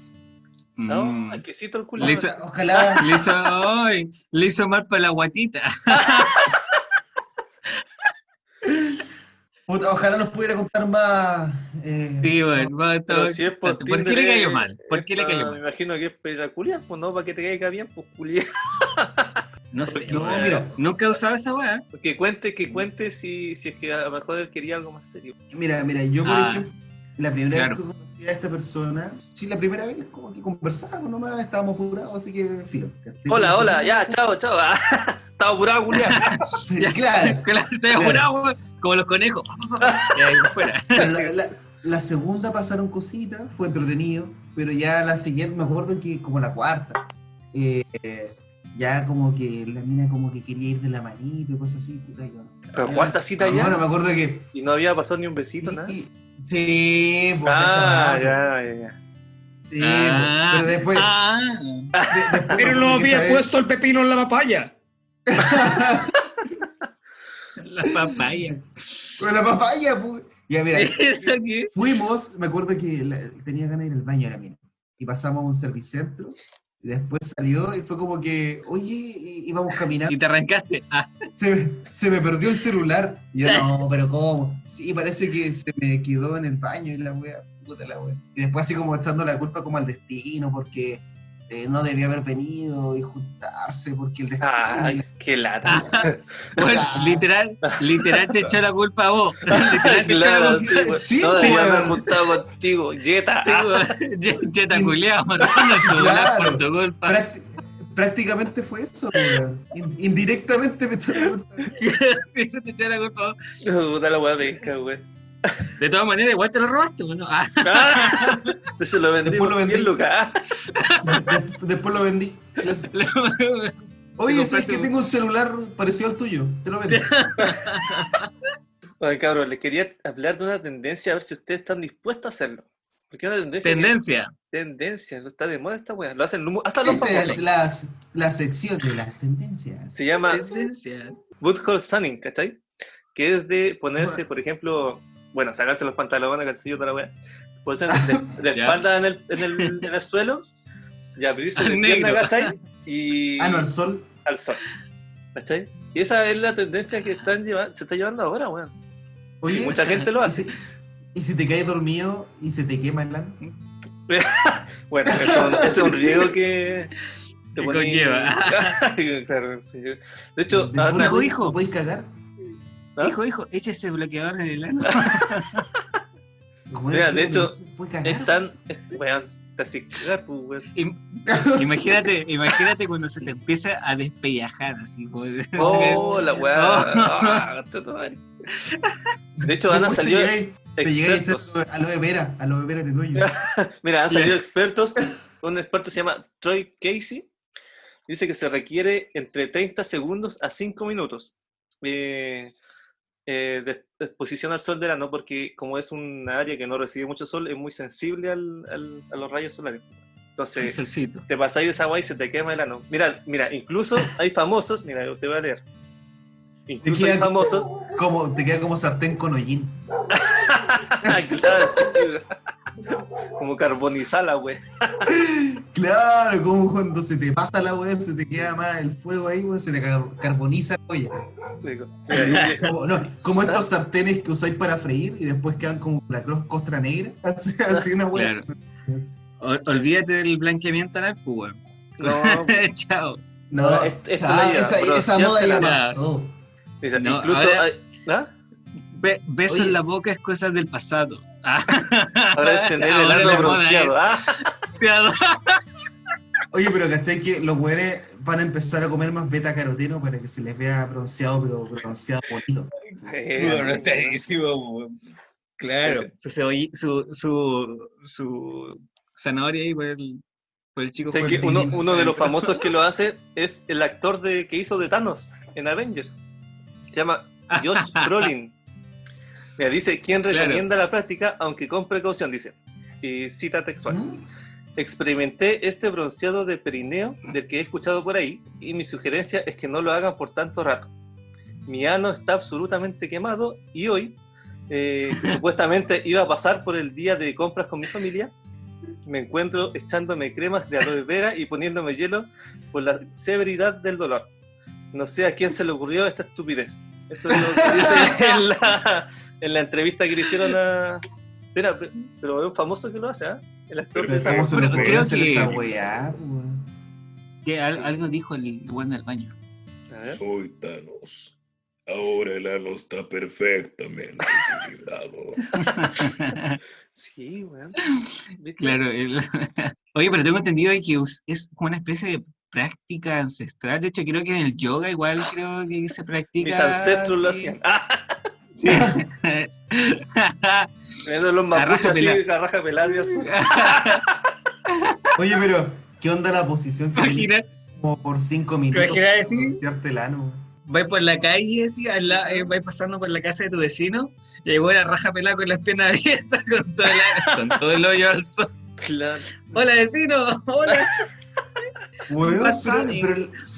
Speaker 2: No,
Speaker 3: Mm.
Speaker 2: exquisito el culo.
Speaker 3: Le hizo,
Speaker 1: Ojalá,
Speaker 3: le hizo, ay, le hizo mal para la guatita.
Speaker 1: puta, ojalá nos pudiera contar más eh,
Speaker 3: Sí, bueno, va,
Speaker 2: Pero
Speaker 3: todo-
Speaker 2: si es
Speaker 3: ¿Por qué le
Speaker 2: Tinder, eh,
Speaker 3: cayó mal? ¿Por qué le
Speaker 2: esta-
Speaker 3: cayó
Speaker 2: Me
Speaker 3: mal?
Speaker 2: imagino que es para culiar, pues no, para que te caiga bien, pues culiar.
Speaker 3: No sé.
Speaker 1: No,
Speaker 3: weón.
Speaker 1: mira.
Speaker 3: Nunca he usado esa weá.
Speaker 2: Que cuente, que cuente si, si es que a lo mejor él quería algo más serio.
Speaker 1: Mira, mira, yo por
Speaker 3: Ah,
Speaker 1: ejemplo, la primera
Speaker 3: claro.
Speaker 1: vez que conocí a esta persona, sí, la primera vez como que conversábamos nomás, estábamos apurados, así que filo. ¿cachai?
Speaker 2: Hola,
Speaker 1: Pero
Speaker 2: hola,
Speaker 1: sí,
Speaker 2: ya, chao, chao. Estaba apurado, culiar.
Speaker 1: Ya, claro.
Speaker 3: Claro, estoy
Speaker 1: Claro.
Speaker 3: apurado, weón, como los conejos. Y ahí fuera.
Speaker 1: Pero la, la- la segunda pasaron cositas, fue entretenido, pero ya la siguiente, me acuerdo que como la cuarta, eh, ya como que la mina como que quería ir de la manito y cosas así, puta, yo no.
Speaker 2: Pero cuánta cita ya.
Speaker 1: Bueno, me acuerdo que...
Speaker 2: Y no había pasado ni un besito, nada.
Speaker 1: y- sí, pues
Speaker 2: Ah,
Speaker 1: esa pues. madre.
Speaker 2: ya, ya, ya.
Speaker 1: Sí,
Speaker 3: Ah,
Speaker 1: pues, pero después...
Speaker 3: Ah,
Speaker 1: de- después
Speaker 4: Pero no
Speaker 1: tuve que
Speaker 4: había
Speaker 1: saber-
Speaker 4: puesto el pepino en la papaya.
Speaker 3: la papaya.
Speaker 1: Con la papaya, pues. Ya, mira,
Speaker 3: ¿Eso qué?
Speaker 1: fuimos, me acuerdo que la- tenía ganas de ir al baño la mina, y pasamos a un servicentro, y después salió y fue como que, oye, y- íbamos caminando,
Speaker 3: Y te arrancaste. Ah,
Speaker 1: se, se me perdió el celular, y yo, no, pero ¿cómo? Sí, parece que se me quedó en el baño y la wea, puta la wea. Y después así como echando la culpa como al destino, porque eh, no debía haber venido y juntarse, porque el destino... y
Speaker 2: Ay,
Speaker 1: la-
Speaker 2: qué lata.
Speaker 3: bueno,
Speaker 2: Ah.
Speaker 3: literal, literal te echó la culpa a vos. Literal te echó la
Speaker 2: Claro,
Speaker 3: culpa.
Speaker 2: sí, pues.
Speaker 1: sí,
Speaker 2: no
Speaker 1: pues.
Speaker 2: debería haber juntado contigo, Yeta. Ah,
Speaker 3: Sí, weón. Ya- Ya te culeado, matando el celular por tu culpa.
Speaker 1: prácti- Prácticamente fue eso, wea. In- indirectamente me echó la culpa.
Speaker 3: Sí, te echó la culpa a vos.
Speaker 2: Puta la weá penca, güey.
Speaker 3: De todas maneras, igual te lo robaste, weón, ¿no? Ah,
Speaker 2: Ah, se lo vendí
Speaker 1: Después lo
Speaker 2: por 10
Speaker 1: vendí.
Speaker 2: lucas. Ah,
Speaker 1: Des- Después lo vendí.
Speaker 3: lo-
Speaker 1: Oye,
Speaker 3: Te
Speaker 1: ¿sabes que
Speaker 3: compraste un-
Speaker 1: tengo un celular parecido al tuyo? Te lo vendo.
Speaker 2: Bueno, cabrón, les quería hablar de una tendencia, a ver si ustedes están dispuestos a hacerlo. Porque es una tendencia. que-
Speaker 3: tendencia.
Speaker 2: tendencia, no está de moda esta weá. Lo hacen lu- hasta los
Speaker 1: Esta es
Speaker 2: famosos.
Speaker 1: la, la sección de las tendencias.
Speaker 2: Se llama
Speaker 3: Tendencia.
Speaker 2: Butthole Sunning, ¿cachai? Que es de ponerse, por ejemplo, bueno, sacarse los pantalones, calcillos, toda la weá. Ponerse de, de
Speaker 3: Ya.
Speaker 2: espalda en el, en, el, en el suelo y abrirse
Speaker 3: Al
Speaker 2: de pierna,
Speaker 3: negro.
Speaker 2: ¿cachai? Y
Speaker 1: Ah, no, el sol.
Speaker 2: al sol, ¿cachai? Y esa es la tendencia que están lleva- se está llevando ahora, weón. Y
Speaker 1: Oye,
Speaker 2: mucha gente lo
Speaker 1: ¿y
Speaker 2: hace.
Speaker 1: si, y si te caes dormido y se te quema el ano?
Speaker 2: Bueno, eso es un- ese es un riesgo que
Speaker 3: Que
Speaker 2: poní-
Speaker 3: conlleva.
Speaker 2: Claro, sí. De hecho,
Speaker 1: ¿Te-
Speaker 2: ahora-
Speaker 3: puro- hijo.
Speaker 1: ¿Lo podéis cagar?
Speaker 2: ¿Ah?
Speaker 3: Hijo, hijo, echa ese bloqueador en el ano.
Speaker 1: Güey,
Speaker 2: Mira,
Speaker 1: ¿qué?
Speaker 2: de hecho,
Speaker 1: ¿Puedes cagar?
Speaker 2: están, es- weón, te así, cagar, pues, weón.
Speaker 3: Imagínate, imagínate cuando se te empieza a despellajar así. como-
Speaker 2: Oh, la weá.
Speaker 3: No.
Speaker 2: Ah, chuta madre. De hecho,
Speaker 1: Después
Speaker 2: han
Speaker 1: te
Speaker 2: salido
Speaker 1: llegáis- Te llegáis a
Speaker 2: expertos.
Speaker 1: echar aloe vera, aloe vera en el hoyo.
Speaker 2: Mira, han
Speaker 3: Ya.
Speaker 2: salido expertos. Un experto se llama Troy Casey. Dice que se requiere entre 30 segundos a 5 minutos eh, eh, de de exposición al sol del ano, porque como es un área que no recibe mucho sol, es muy sensible al- al- a los rayos solares.
Speaker 3: El
Speaker 2: Entonces,
Speaker 3: solcito.
Speaker 2: te pasáis de esa guay y se te quema el ano. Mira, mira, incluso hay famosos, mira, yo te voy a leer. Incluso hay
Speaker 1: quedan-
Speaker 2: famosos.
Speaker 1: Como, te queda como sartén con hollín.
Speaker 2: Ah, Claro, sí. como carbonizala, güey.
Speaker 1: Claro, como cuando se te pasa la weá, se te queda más el fuego ahí, weón, se te car- carboniza la olla.
Speaker 2: Digo, mira, yo-
Speaker 1: Como, no, como estos sartenes que usáis para freír y después quedan como la cruz costra negra. Así, así una hueá.
Speaker 3: Ol- olvídate del blanqueamiento anal, pues, weón.
Speaker 2: no, güey.
Speaker 3: Chao.
Speaker 1: No,
Speaker 2: Ahora, esto- esto
Speaker 1: ah,
Speaker 2: la lleva,
Speaker 1: esa,
Speaker 2: pero
Speaker 1: esa
Speaker 2: sí
Speaker 1: moda
Speaker 2: hace
Speaker 1: ya
Speaker 2: la-
Speaker 1: pasó.
Speaker 2: Dice,
Speaker 3: No,
Speaker 2: incluso
Speaker 3: ahora-
Speaker 2: hay- ¿ah?
Speaker 3: Be- beso
Speaker 1: Oye.
Speaker 3: en la boca es cosas del pasado.
Speaker 5: Ah,
Speaker 2: Ahora es tener el
Speaker 3: Ah, Ahora la
Speaker 2: ano
Speaker 3: moda
Speaker 2: bronceado. Ah,
Speaker 1: Oye, pero ¿cachai que los güeyes van a empezar a comer más beta caroteno para que se les vea bronceado, pero bronceado bonito?
Speaker 2: eso.
Speaker 3: Claro.
Speaker 2: Ese-
Speaker 3: Su, ceboll- su, su, su zanahoria ahí por el, por el chico.
Speaker 2: Sé
Speaker 3: por
Speaker 2: que
Speaker 3: el
Speaker 2: uno,
Speaker 3: chiquilín.
Speaker 2: uno de los famosos que lo hace es el actor de, que hizo de Thanos en Avengers. Se llama Josh Brolin. Mira, dice, quien
Speaker 3: Claro.
Speaker 2: recomienda la práctica, aunque con precaución, dice. Y cita textual.
Speaker 1: ¿Mm?
Speaker 2: Experimenté este bronceado de perineo del que he escuchado por ahí y mi sugerencia es que no lo hagan por tanto rato. Mi ano está absolutamente quemado y hoy, eh, que supuestamente iba a pasar por el día de compras con mi familia, me encuentro echándome cremas de aloe vera y poniéndome hielo por la severidad del dolor. No sé a quién se le ocurrió esta estupidez. Eso es lo que dice en la, en la entrevista que le hicieron a, Espera, pe- pero es un famoso que lo hace, ¿ah? El actor
Speaker 1: Pero
Speaker 2: de
Speaker 1: ¿cómo se
Speaker 3: Bueno,
Speaker 1: le ocurrió
Speaker 3: creo
Speaker 1: hacer
Speaker 3: que-
Speaker 1: esa weá, weón?
Speaker 5: Que al- algo dijo el weón del baño.
Speaker 2: A ver.
Speaker 4: Soy Thanos. Ahora el ano está perfectamente equilibrado.
Speaker 2: Sí, weón. ¿Viste?
Speaker 5: Claro. el- Oye, pero tengo entendido de que us- es como una especie de práctica ancestral. De hecho, creo que en el yoga igual creo que se practica.
Speaker 2: Mis ancestros lo
Speaker 5: sí.
Speaker 2: hacían. ¡Ah!
Speaker 5: Sí.
Speaker 2: Eran los mapuches
Speaker 5: raja
Speaker 2: así,
Speaker 5: pelada.
Speaker 2: la raja pelada. y así.
Speaker 1: Oye, pero, ¿qué onda la posición que tenés
Speaker 3: Imagina,
Speaker 1: como por cinco minutos?
Speaker 3: Imagina
Speaker 1: para
Speaker 3: decir-
Speaker 1: pronunciarte el ano, weón?
Speaker 3: vais por la calle, así, al la- eh, vais pasando por la casa de tu vecino, y ahí la raja pelada con las piernas abiertas, con todo el, con todo el hoyo al sol.
Speaker 2: Claro.
Speaker 3: Hola vecino, hola.
Speaker 1: Weón,
Speaker 3: Pasa,
Speaker 1: pero,
Speaker 3: eh.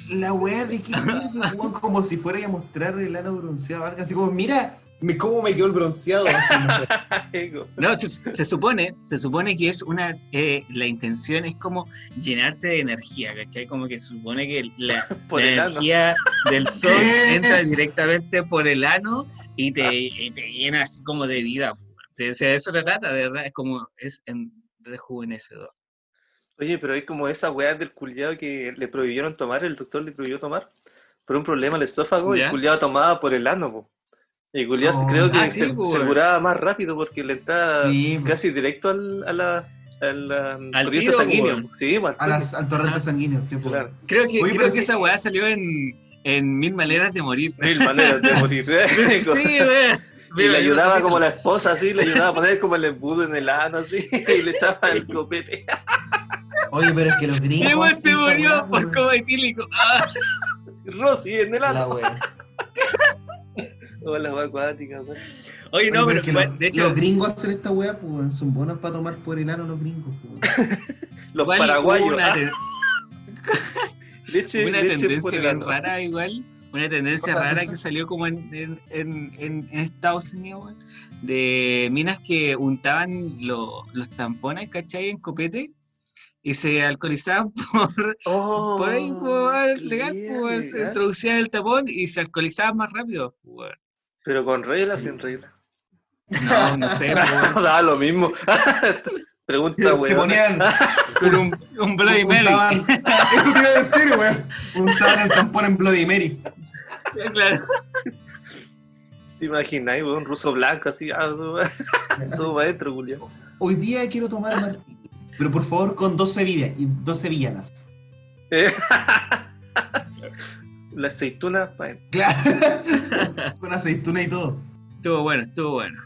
Speaker 1: pero la weá de que sirve, weón, como si fuera a mostrar el ano bronceado, algo así como, mira me, cómo me quedó el bronceado.
Speaker 2: Ego.
Speaker 3: No, se, se supone, se supone que es una, eh, la intención es como llenarte de energía, ¿cachai? Como que supone que la,
Speaker 2: Por
Speaker 3: la
Speaker 2: el ano.
Speaker 3: energía del sol
Speaker 1: ¿Qué?
Speaker 3: entra directamente por el ano y te, y te llena así como de vida. O sea, de eso se trata, de verdad, es como, es en rejuvenecedor.
Speaker 2: Oye, pero hay como esa weá del culiado que le prohibieron tomar, el doctor le prohibió tomar, por un problema al esófago, y
Speaker 3: ¿Ya?
Speaker 2: el culiado tomaba por el ano, po. Y el culiado
Speaker 1: Oh.
Speaker 2: creo que
Speaker 3: Ah, sí,
Speaker 2: se,
Speaker 3: po,
Speaker 2: se
Speaker 3: weón.
Speaker 2: curaba más rápido porque le entraba
Speaker 1: Sí, pues, po.
Speaker 2: casi directo al, a la, a la corriente
Speaker 3: tiro, po,
Speaker 2: sanguínea.
Speaker 3: weón.
Speaker 2: po. Sí, po, al
Speaker 1: A
Speaker 2: tiro.
Speaker 1: las, al torrente
Speaker 3: Ajá.
Speaker 1: sanguíneo, sí, pues. po.
Speaker 2: Claro.
Speaker 3: Creo que,
Speaker 1: Oye,
Speaker 3: creo
Speaker 1: pero
Speaker 3: que
Speaker 1: sí.
Speaker 3: esa weá salió en, en Mil Maneras de Morir.
Speaker 2: Mil maneras de morir.
Speaker 3: Sí, ves.
Speaker 2: Y le ayudaba como la esposa, así, le ayudaba a poner como el embudo en el ano, así, y le echaba el copete.
Speaker 1: Oye, pero es que los gringos.
Speaker 3: Y
Speaker 1: hacen
Speaker 3: se
Speaker 1: esta
Speaker 3: murió
Speaker 1: weá,
Speaker 3: por
Speaker 1: weón.
Speaker 3: coma etílico. Ah,
Speaker 2: Rosy en el
Speaker 1: La
Speaker 2: ano.
Speaker 1: weá.
Speaker 2: O la weá acuática, weón.
Speaker 3: Oye, no,
Speaker 1: Oye,
Speaker 3: pero
Speaker 1: es que
Speaker 3: igual,
Speaker 1: los,
Speaker 3: de hecho,
Speaker 1: los gringos hacen esta weá, pues, weón, son buenos para tomar por el ano los gringos. po, weón.
Speaker 2: Los
Speaker 3: igual
Speaker 2: paraguayos.
Speaker 3: hubo una,
Speaker 2: ah,
Speaker 3: ten-
Speaker 2: leche,
Speaker 3: una
Speaker 2: leche por
Speaker 3: tendencia
Speaker 2: el
Speaker 3: bien
Speaker 2: ano.
Speaker 3: rara igual, una tendencia
Speaker 1: Cosas
Speaker 3: rara
Speaker 1: así.
Speaker 3: que salió como en, en, en, en- en Estados Unidos, weón, de minas que untaban lo- los tampones, ¿cachai? En copete y se alcoholizaban por,
Speaker 2: Oh,
Speaker 3: por ahí, pues, po, legal, po,
Speaker 2: legal,
Speaker 3: se
Speaker 2: legal.
Speaker 3: introducían el tapón y se alcoholizaban más rápido. po, weón.
Speaker 2: Pero con regla, sin regla.
Speaker 3: No, no sé, po, weón.
Speaker 2: da lo mismo. Pregunta,
Speaker 1: Se
Speaker 2: weón.
Speaker 1: ponían.
Speaker 3: con un, un Bloody Mary.
Speaker 1: puntaban- Eso te iba a decir, weón. Puntaban el tampón en Bloody Mary.
Speaker 3: Claro.
Speaker 2: ¿Te imagináis, weón? Un ruso blanco así. Ah, todo- todo maestro, Julián.
Speaker 1: Hoy día quiero tomar martini, pero por favor con 12 vidas y 12 villanas.
Speaker 2: La aceituna, bueno.
Speaker 1: Claro. Con aceituna y todo.
Speaker 3: Estuvo bueno, estuvo bueno.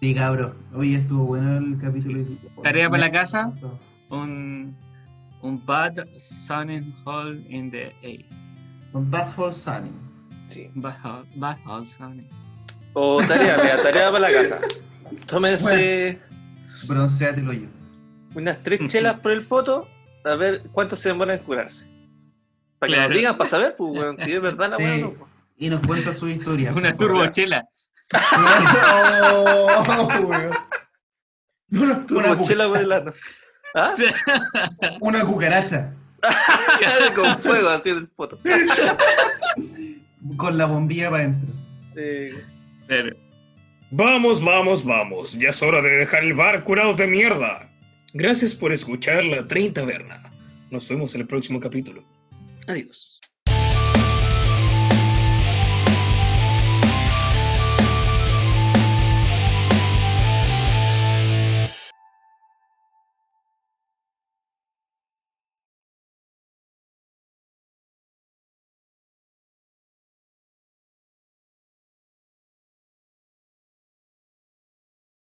Speaker 1: Sí, cabro. Hoy estuvo bueno el capítulo.
Speaker 3: Tarea para la casa. Un, un Bad Sunning Hall in the Eight.
Speaker 1: Con Bad Hole Sunny.
Speaker 2: Sí.
Speaker 3: Bad Hall, Bad Hall Sunning.
Speaker 2: O tarea, mira, tarea para la casa. Tómense
Speaker 1: Bronceate el hoyo.
Speaker 2: unas tres chelas por el poto, a ver cuánto se demoran en curarse. Para que
Speaker 3: Claro.
Speaker 2: nos digan, para saber, pues, weón, si es verdad la
Speaker 1: Sí.
Speaker 2: weá o no, po.
Speaker 1: Y nos cuenta su historia.
Speaker 2: pues,
Speaker 3: Una
Speaker 1: por favor.
Speaker 3: turbochela.
Speaker 1: Oh, weón. No, no,
Speaker 2: Tu
Speaker 1: una, cu-
Speaker 2: mochila por el ano. ¿Ah?
Speaker 1: una cucaracha.
Speaker 2: Con fuego así en el poto.
Speaker 1: Con la bombilla para adentro.
Speaker 2: Eh,
Speaker 3: Claro.
Speaker 4: Vamos, vamos, vamos. Ya es hora de dejar el bar curados de mierda. Gracias por escuchar la 30 Verna. Nos vemos en el próximo capítulo. Adiós.